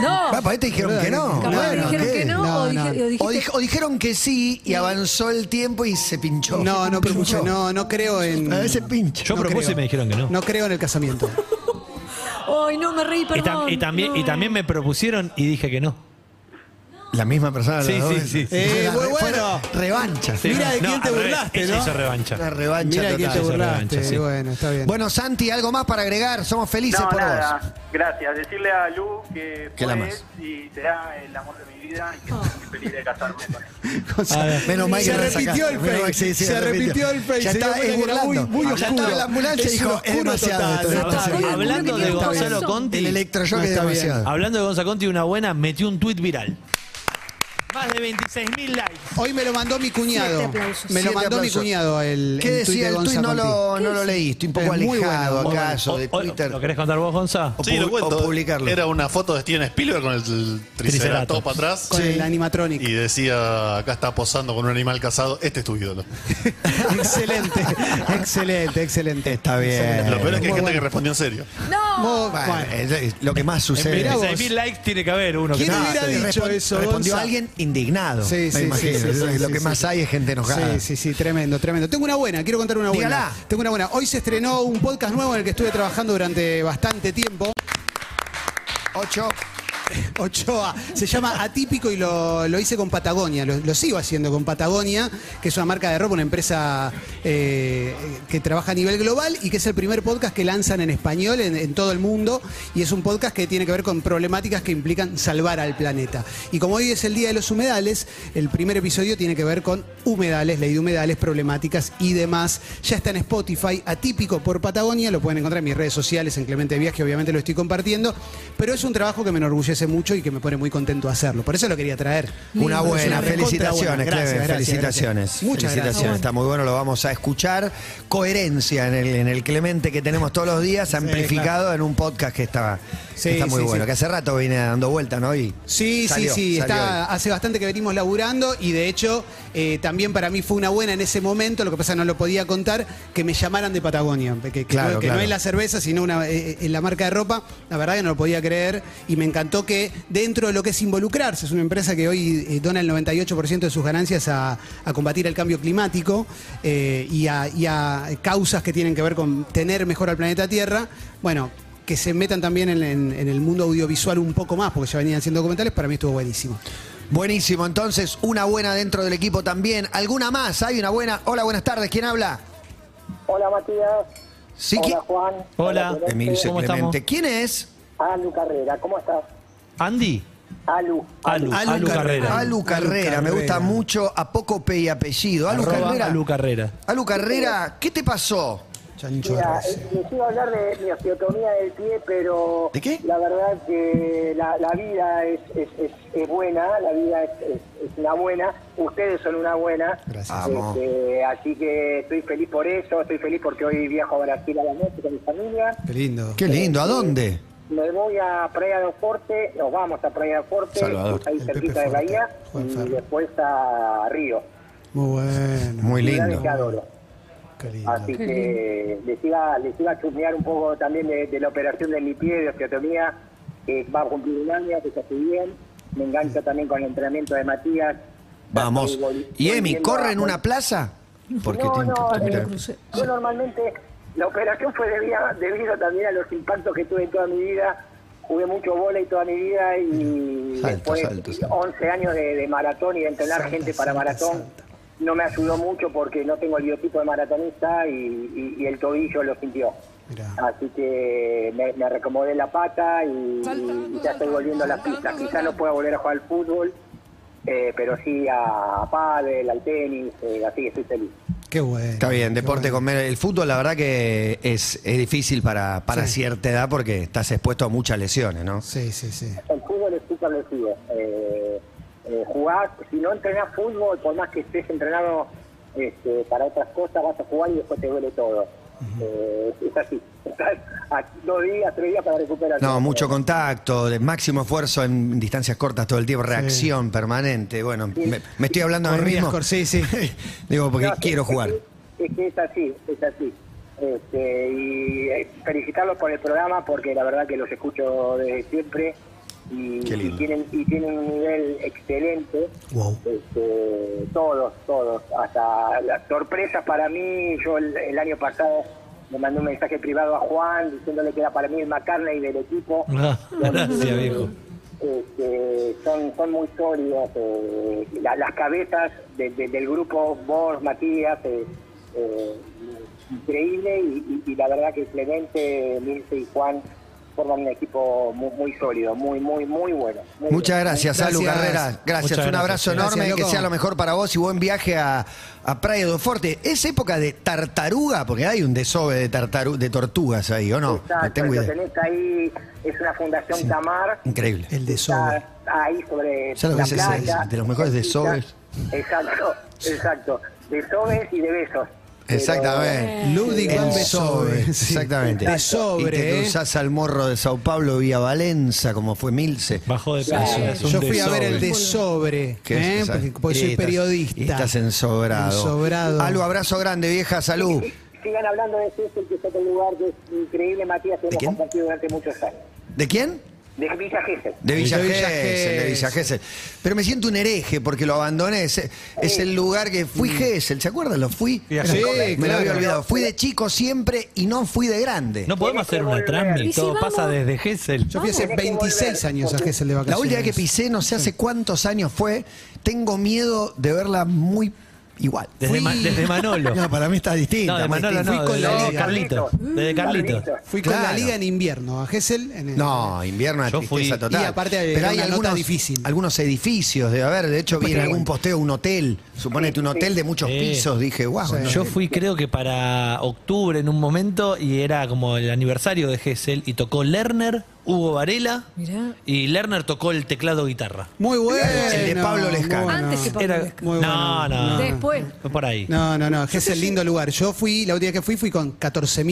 S1: No.
S3: Papá, pues, ahí te dijeron que no.
S1: Capaz
S4: Bueno,
S1: dijeron
S4: ¿qué?
S1: que no,
S4: No,
S1: o, dije-
S4: no.
S1: o dijiste
S3: O, dij- o dijeron que sí y avanzó el tiempo y se pinchó.
S4: No, no propuse, no, no creo en.
S3: A veces pincho.
S5: Yo
S4: no
S5: propuse y
S4: creo.
S5: me dijeron que no.
S4: No creo en el
S3: <laughs>
S4: casamiento.
S1: Ay, no, me reí,
S5: Y, tam-
S1: perdón.
S5: y también,
S1: No.
S5: y también me propusieron y dije que no.
S3: La misma persona. las
S5: Sí,
S3: dos
S5: sí,
S3: veces.
S5: sí, sí.
S4: Eh,
S3: Fue-
S4: muy bueno.
S3: fue Revancha.
S5: Sí,
S4: Mira de
S5: no,
S4: quién te
S5: al revés,
S4: burlaste,
S5: ella
S4: ¿no?
S5: hizo revancha.
S3: Una revancha
S4: Mira de quién te
S3: total.
S5: burlaste.
S4: burlaste.
S5: revancha, sí.
S4: Bueno, está bien.
S3: Bueno, Santi, algo más para agregar. Somos felices
S8: No,
S3: por
S8: nada,
S3: <laughs> vos.
S8: gracias. Decirle a Lu que,
S3: Que la
S8: puedes
S3: amás.
S8: y será el amor de mi vida y que estoy feliz de casarme con él.
S5: A ver.
S3: Menos mal que
S4: Se
S3: no la sacaste.
S4: repitió el
S3: Menos mal
S4: fake,
S3: que sí, sí,
S4: se repitió el fake,
S3: Ya
S4: se dio
S3: estaba
S4: cuenta
S3: es
S4: que era
S3: burlando.
S4: muy- muy
S3: Ya estaba
S4: oscuro.
S3: en la ambulancia y
S4: Es
S3: dijo, es
S4: oscuro
S3: demasiado.
S4: total.
S3: esto, esto
S1: Está
S3: es-
S1: bien.
S5: Hablando de
S1: Está bien.
S5: Gonzalo Conti.
S3: El electroshock
S4: No
S3: es
S4: está bien.
S3: demasiado.
S5: Hablando de Gonzalo Conti, una buena metió un tuit viral. Más de 26.000 likes.
S4: Hoy me lo mandó mi cuñado.
S1: Siete aplausos.
S4: Me lo
S3: Siete
S4: mandó mi
S3: aplausos.
S4: cuñado el
S3: ¿Qué
S4: el tuit
S3: decía
S4: de
S3: el tuit?
S4: Gonza
S3: No lo,
S4: Conti.
S3: no lo leíste, un poco
S4: Es muy
S3: alejado
S4: bueno.
S3: acaso de
S5: O- o-
S3: Twitter.
S5: ¿Lo querés contar vos, Gonza?
S3: O
S10: Sí, lo
S3: pu- o
S10: cuento.
S3: publicarlo.
S10: Era una foto de Steven Spielberg con el triceratops
S5: Triceratops.
S10: para atrás.
S4: Con el animatronic.
S10: Y decía, acá está posando con un animal casado, este es tu ídolo.
S3: <laughs>
S4: excelente, excelente, excelente.
S3: Está bien.
S4: Excelente.
S10: Lo peor es que hay
S4: Muy
S10: gente que
S4: bueno.
S10: respondió en serio.
S1: No.
S4: Muy
S3: Bueno,
S4: bueno.
S3: es- es lo que más sucede.
S4: Mirá vos.
S5: 26.000 likes tiene que haber uno. que
S4: ¿Quién
S5: no-
S3: Ah,
S4: hubiera
S3: sí.
S4: dicho
S3: Respon-
S4: eso,
S3: Respondió
S4: Gonza?
S3: alguien indignado.
S4: Sí,
S3: me
S4: sí, sí,
S3: imagino.
S4: sí, sí,
S3: Es lo que
S4: sí,
S3: más
S4: sí.
S3: hay es gente enojada.
S4: Sí, sí, sí, tremendo, tremendo. Tengo una buena, quiero contar una buena.
S3: Dígala.
S4: Tengo una buena. Hoy se estrenó un podcast nuevo en el que estuve trabajando durante bastante tiempo.
S3: Ocho.
S4: Ochoa. Se llama Atípico y lo, lo hice con Patagonia. Lo, lo sigo haciendo con Patagonia, que es una marca de ropa, una empresa eh, que trabaja a nivel global y que es el primer podcast que lanzan en español en, en todo el mundo. Y es un podcast que tiene que ver con problemáticas que implican salvar al planeta. Y como hoy es el Día de los Humedales, el primer episodio tiene que ver con humedales, ley de humedales, problemáticas y demás. Ya está en Spotify, Atípico por Patagonia. Lo pueden encontrar en mis redes sociales, en Clemente Viaje, obviamente lo estoy compartiendo. Pero es un trabajo que me enorgullece mucho y que me pone muy contento hacerlo. Por eso lo quería traer.
S3: Una
S4: Es
S3: buena,
S4: Ah, recontra buena.
S3: felicitaciones,
S4: Gracias,
S3: Clemen,
S4: gracias,
S3: felicitaciones.
S4: gracias. Muchas
S3: felicitaciones,
S4: gracias.
S3: está muy bueno, lo vamos a escuchar. Coherencia en el, en el Clemente que tenemos todos los días, amplificado en un podcast que está, que
S4: Sí,
S3: está muy
S4: sí,
S3: bueno,
S4: sí.
S3: que hace rato viene dando vuelta, ¿no? Y
S4: Sí,
S3: salió,
S4: sí, sí,
S3: salió
S4: está,
S3: hoy.
S4: hace bastante que venimos laburando y de hecho eh, también para mí fue una buena en ese momento, lo que pasa es que no lo podía contar, que me llamaran de Patagonia, que, que
S3: Claro,
S4: no, que
S3: claro.
S4: no es la cerveza, sino una, eh, eh, la marca de ropa, la verdad que no lo podía creer y me encantó creo que dentro de lo que es involucrarse, es una empresa que hoy eh, dona el 98% de sus ganancias a, a combatir el cambio climático eh, y, a, y a causas que tienen que ver con tener mejor al planeta Tierra, bueno, que se metan también en, en- en el mundo audiovisual un poco más, porque ya venían haciendo documentales, para mí estuvo buenísimo.
S3: Buenísimo, entonces una buena dentro del equipo también. ¿Alguna más? Hay una buena. Hola, buenas tardes. ¿Quién habla?
S9: Hola Matías.
S3: Sí,
S9: Hola
S3: ¿quién?
S9: Juan.
S5: Hola.
S9: Clemente.
S3: Emilce
S5: ¿Cómo estamos?
S3: Clemente. ¿Quién es?
S9: Alu Carrera, ¿cómo estás?
S5: Andy.
S9: Alu.
S5: Alu. Alu, Carrera.
S3: Alu Carrera, me gusta mucho apócope y apellido. Alu
S5: Arroba
S3: Carrera.
S5: Alu Carrera.
S3: Alu Carrera, ¿qué te pasó?
S4: Chancho
S9: Mira,
S4: Arroz.
S9: eh, les iba a hablar de mi osteotomía del pie, pero
S3: ¿De qué?
S9: la verdad que la, la vida es, es, es, es buena, la vida es, es- es una buena, ustedes son una buena.
S4: Gracias.
S3: Vamos.
S9: Este, así que estoy feliz por eso, estoy feliz porque hoy viajo a Brasil a la noche con mi familia.
S4: Qué lindo.
S3: Qué lindo, ¿a dónde?
S9: Me voy a Praia do Forte, nos vamos a Praia do Forte,
S3: Salvador.
S9: ahí
S4: El Pepe
S9: cerquita de
S4: Forte,
S9: Bahía,
S4: Juan
S9: y
S4: Ferro.
S9: después a Río,
S4: Muy bueno.
S3: Muy
S9: ciudades
S3: lindo.
S9: que adoro.
S4: Qué lindo.
S9: Así
S1: Qué
S9: que les iba, les iba a chusmear un poco también de, de la operación de mi pie, de osteotomía, eh, que va a cumplir un año, que ya estoy bien. Me engancho también con el entrenamiento de Matías.
S3: Vamos.
S9: Estoy vol-
S3: ¿Y Emi,
S9: volviendo
S3: corre
S9: a-
S3: en una plaza? Porque
S9: no,
S3: tienen
S9: no,
S3: que
S9: eh,
S3: terminar.
S9: yo normalmente la operación fue debida- debido también a los impactos que tuve en toda mi vida. Jugué mucho volei toda mi vida y
S3: Salta,
S9: después
S3: salta, salta.
S9: 11 años de, de maratón y de entrenar
S4: Salta,
S9: gente para
S4: salta,
S9: maratón.
S4: salta.
S9: No me ayudó mucho porque no tengo el biotipo de maratonista y, y- y el tobillo lo sintió.
S4: Mirá.
S9: Así que me, me recomodé la pata y, y ya estoy volviendo a la pista. Quizá no pueda volver a jugar al fútbol, eh, pero sí a, a pádel, al tenis, eh, así que estoy feliz.
S4: Qué bueno.
S3: Está bien,
S4: Qué
S3: deporte
S4: bueno.
S3: con El fútbol, la verdad que es, es difícil para, para
S4: Sí.
S3: cierta edad porque estás expuesto a muchas lesiones, ¿no?
S4: Sí, sí, sí.
S9: El fútbol es súper lesivo. Eh, eh, jugás, si no entrenás fútbol, por más que estés entrenado este, para otras cosas, vas a jugar y después te duele todo. Eh, es así. Estás a dos días, tres días para recuperar.
S3: No, mucho contacto, de máximo esfuerzo en distancias cortas todo el tiempo, reacción permanente. Bueno, me, me estoy hablando a mí
S4: Corrías,
S3: mismo.
S4: cor- sí, sí.
S3: Digo, porque
S9: No,
S3: quiero
S9: es-
S3: jugar.
S9: Es, es que es así, es así. Este, y eh, felicitarlos por el programa porque la verdad que los escucho desde siempre y,
S3: Qué lindo.
S9: y tienen y tienen un nivel excelente.
S4: <laughs> Wow.
S9: Este, todos, todos. Hasta las sorpresas para mí. Yo el, el año pasado le mandé un mensaje privado a Juan diciéndole que era para mí el McCartney del equipo.
S5: Ah, <laughs> Gracias, viejo.
S9: Este, son, son muy sólidos. eh, la- las cabezas de- de- del grupo, vos, Matías, eh, eh, increíble. Y, y- y la verdad que Clemente, Milce y Juan forman un equipo muy, muy sólido, muy, muy, muy bueno. Muy
S3: Muchas
S9: bueno.
S3: gracias, Alu
S4: Gracias.
S3: Carrera. Gracias,
S5: Muchas
S3: un abrazo
S5: gracias.
S3: enorme,
S4: Gracias,
S3: que
S4: loco.
S3: sea lo mejor para vos y buen viaje a, a Praia do Forte. Es época de tartaruga, porque hay un desove de, tartaru- de tortugas ahí, ¿o no?
S9: Exacto,
S3: no tengo
S9: lo
S3: idea.
S9: tenés ahí, es una fundación Tamar.
S3: Increíble.
S4: El
S9: Ah.
S4: de sobre.
S9: Está ahí sobre
S3: Ya lo
S9: la
S3: ves, es-
S9: playa.
S3: es de los mejores desobes.
S9: Exacto, exacto. Desobes y de besos. Pero-
S3: Exactamente.
S4: Ludwig
S3: El
S4: van Beethoven.
S3: sobre,
S4: eh, Sí.
S3: exactamente.
S4: De sobre,
S3: Y te
S4: ¿eh?
S3: cruzás al morro de Sao Paulo vía Valenza, como fue Milce.
S5: Bajo de peso.
S1: Claro.
S5: es un
S4: Yo fui a ver el
S5: desorden.
S4: de sobre,
S3: Que es-
S4: ¿eh?
S3: esa-
S4: porque, porque
S3: y
S4: soy
S3: estás-
S4: periodista.
S3: y estás ensobrado.
S4: Ensobrado.
S3: Alu, abrazo grande,
S4: <laughs>
S3: vieja, salud.
S9: Sigan hablando de Cecil, que es otro lugar que es increíble, Matías, que hemos
S3: quién?
S9: compartido durante muchos años.
S3: ¿De quién?
S9: De Villa Gesell.
S3: De Villa,
S4: De Villa
S3: Gesell, de Villa Gesell. Pero me siento un hereje porque lo abandoné. Es, es el lugar que fui
S5: Mm.
S3: Gesell, ¿se acuerdan? Lo fui.
S5: Sí,
S3: me lo
S4: claro.
S3: había olvidado. Fui de chico siempre y no fui de grande.
S5: No podemos hacer una
S1: ¿Y
S5: transmit.
S1: si
S5: Todo
S1: vamos?
S5: pasa desde Gessel.
S4: Yo fui hace
S9: Ah, Tenés que
S4: 26
S9: volver,
S4: años a
S9: porque
S4: Gessel de
S3: La
S4: vacaciones.
S3: última que pisé, no sé hace cuántos años fue, tengo miedo de verla muy igual.
S5: Desde,
S3: Fui-
S5: Ma- desde Manolo.
S3: No, para mí está distinta.
S5: No, de
S3: muy
S5: Manolo
S3: distinta.
S5: no.
S4: Fui con
S5: de
S4: la
S5: de
S4: liga.
S5: Carlitos. Desde Carlitos.
S4: Fui con la
S3: Claro.
S4: liga en invierno a Gessel. En el- <laughs>
S3: No, invierno es
S5: Yo
S3: tristeza
S5: fui.
S3: total.
S4: Y aparte era una nota difícil.
S3: algunos edificios, debe haber, de hecho
S4: Después
S3: viene
S4: te
S3: algún
S4: cuento.
S3: posteo, un hotel, suponete un hotel de muchos
S5: Sí.
S3: pisos, dije, wow. no,
S5: Yo fui creo que para octubre en un momento y era como el aniversario de Gessel y tocó Lerner, Hugo Varela
S1: Mirá.
S5: y Lerner tocó el teclado guitarra.
S4: Muy bueno.
S3: El de Pablo Lescano.
S4: muy bueno.
S1: Antes que Pablo
S5: Era-
S1: Lescano.
S4: Muy
S5: no,
S4: bueno.
S5: no,
S1: Después.
S5: Fue por ahí.
S4: No, no, no, es el lindo lugar. Yo fui, la última que fui, fui con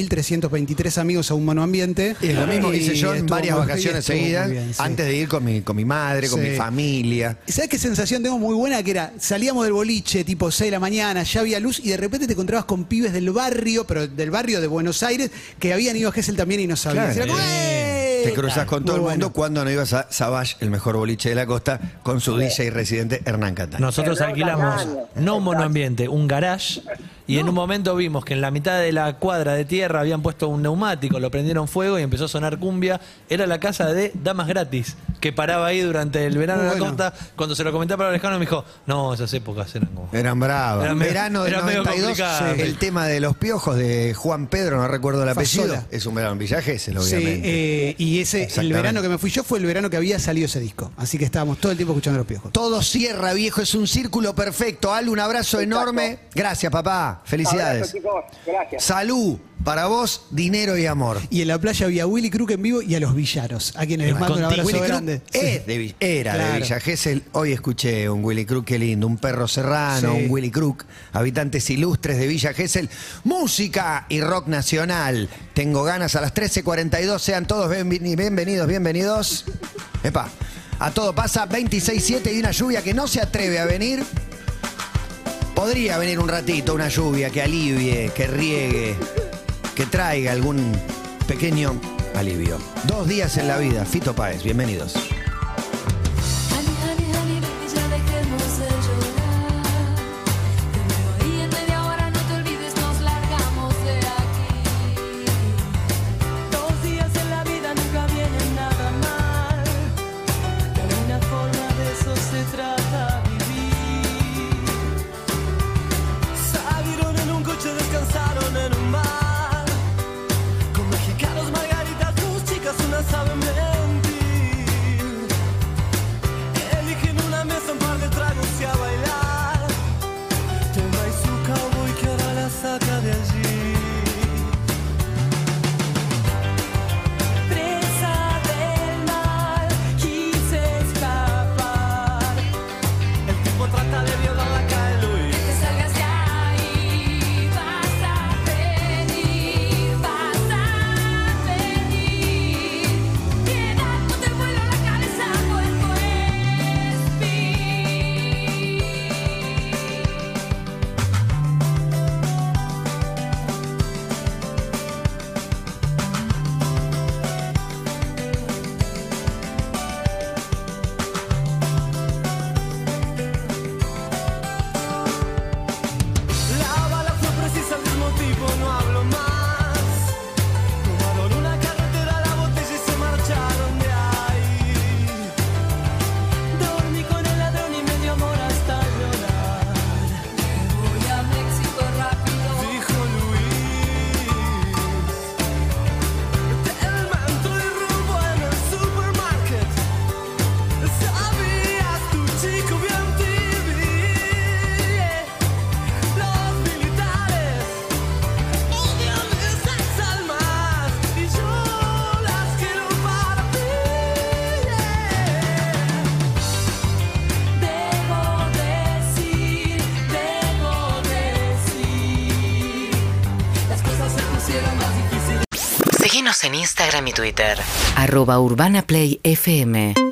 S4: 14.323 amigos a un monoambiente.
S3: Y es lo mismo que hice yo en
S4: estuvo
S3: varias
S4: muy-
S3: vacaciones
S4: estuvo muy
S3: seguidas,
S4: bien, sí.
S3: antes de ir con mi, con mi madre, con
S4: Sí.
S3: mi familia.
S4: ¿Sabes qué sensación tengo muy buena? Que era, salíamos del boliche tipo 6 de la mañana, ya había luz y de repente te encontrabas con pibes del barrio, pero del barrio de Buenos Aires, que habían ido a Gessel también y no sabías.
S3: Claro.
S4: Era como,
S5: Sí.
S4: "¡Eh!".
S3: Te cruzas con todo
S4: Muy
S3: el
S4: bueno.
S3: mundo cuando no ibas a Savage, el mejor boliche de la costa, con su DJ residente Hernán Catán.
S5: Nosotros
S9: Hernán
S5: alquilamos
S9: Castaño.
S5: no un monoambiente, un garage. Y en un momento vimos que en la mitad de la cuadra de tierra habían puesto un neumático, lo prendieron fuego y empezó a sonar cumbia. Era la casa de Damas Gratis, que paraba ahí durante el verano
S4: Muy
S5: en la
S4: bueno.
S5: costa. Cuando se lo comenté para Alejandro me dijo, no, esas épocas eran como...
S3: Eran bravos.
S5: Era
S3: En
S5: medio-
S3: verano del
S5: era medio
S3: 92,
S5: complicado.
S3: el tema de los piojos de Juan Pedro, no recuerdo el apellido.
S4: Fasola.
S3: Es un verano en Villa Gesell,
S4: Sí,
S3: obviamente.
S4: eh, y ese, el
S3: Exactamente.
S4: verano que me fui yo fue el verano que había salido ese disco. Así que estábamos todo el tiempo escuchando los piojos.
S3: Todo cierra, viejo, es un círculo perfecto. Al, un abrazo
S9: Exacto.
S3: enorme. Gracias, papá. Felicidades.
S9: Abrazo, chicos. Gracias.
S3: Salud para vos, dinero y amor.
S4: Y en la playa había a Willy Crook en vivo y a los villaros, a quienes les mando un
S5: Contigo.
S4: abrazo
S5: Willy Crook Eh,
S4: grande.
S3: Es
S4: Sí.
S3: de Vi- era de
S4: Claro.
S3: Villa Gesell. Hoy escuché un Willy Crook, qué lindo. Un perro serrano,
S4: Sí.
S3: un Willy Crook. Habitantes ilustres de Villa Gesell. Música y rock nacional. Tengo ganas a las 13.42. Sean todos bienveni- bienvenidos, bienvenidos. Epa, a todo pasa 26.7 y una lluvia que no se atreve a venir. Podría venir un ratito una lluvia que alivie, que riegue, que traiga algún pequeño alivio. Dos días en la vida. Fito Páez, bienvenidos.
S11: Ani, ani, ani, baby, ya dejemos de llorar. Te veo ahí en media hora, no te olvides, nos largamos de aquí. Dos días en la vida nunca vienen nada mal. De una forma de eso se trata vivir. Salieron en un coche, descansaron en un bar. Con mexicanos, margaritas, tus chicas, unas saben mentir. Eligen una mesa, un par de tragos y a bailar. Toma y su cowboy que ahora la saca de allí. Presa del mal, quise escapar. El tipo trata de violarla, cae Luis. Que te salgas de ahí, vas a venir, vas a venir. Piedad, no te vuelva la cabeza, cuerpo es fin. La bala fue precisa, el mismo tipo, no hablo más. Tomaron una carretera, la botella y se marcharon de ahí. Dormí con el ladrón y me dio amor hasta llorar. Me voy a México rápido, dijo Luis. Del manto y rumbo en el supermarket. Sabías tu chico bien tibio. Los militares odian esas almas y yo las quiero para ti. Debo decir, debo decir, las cosas se pusieron más difíciles.
S12: Seguinos en Instagram y Twitter.
S13: Arroba Urbana Play FM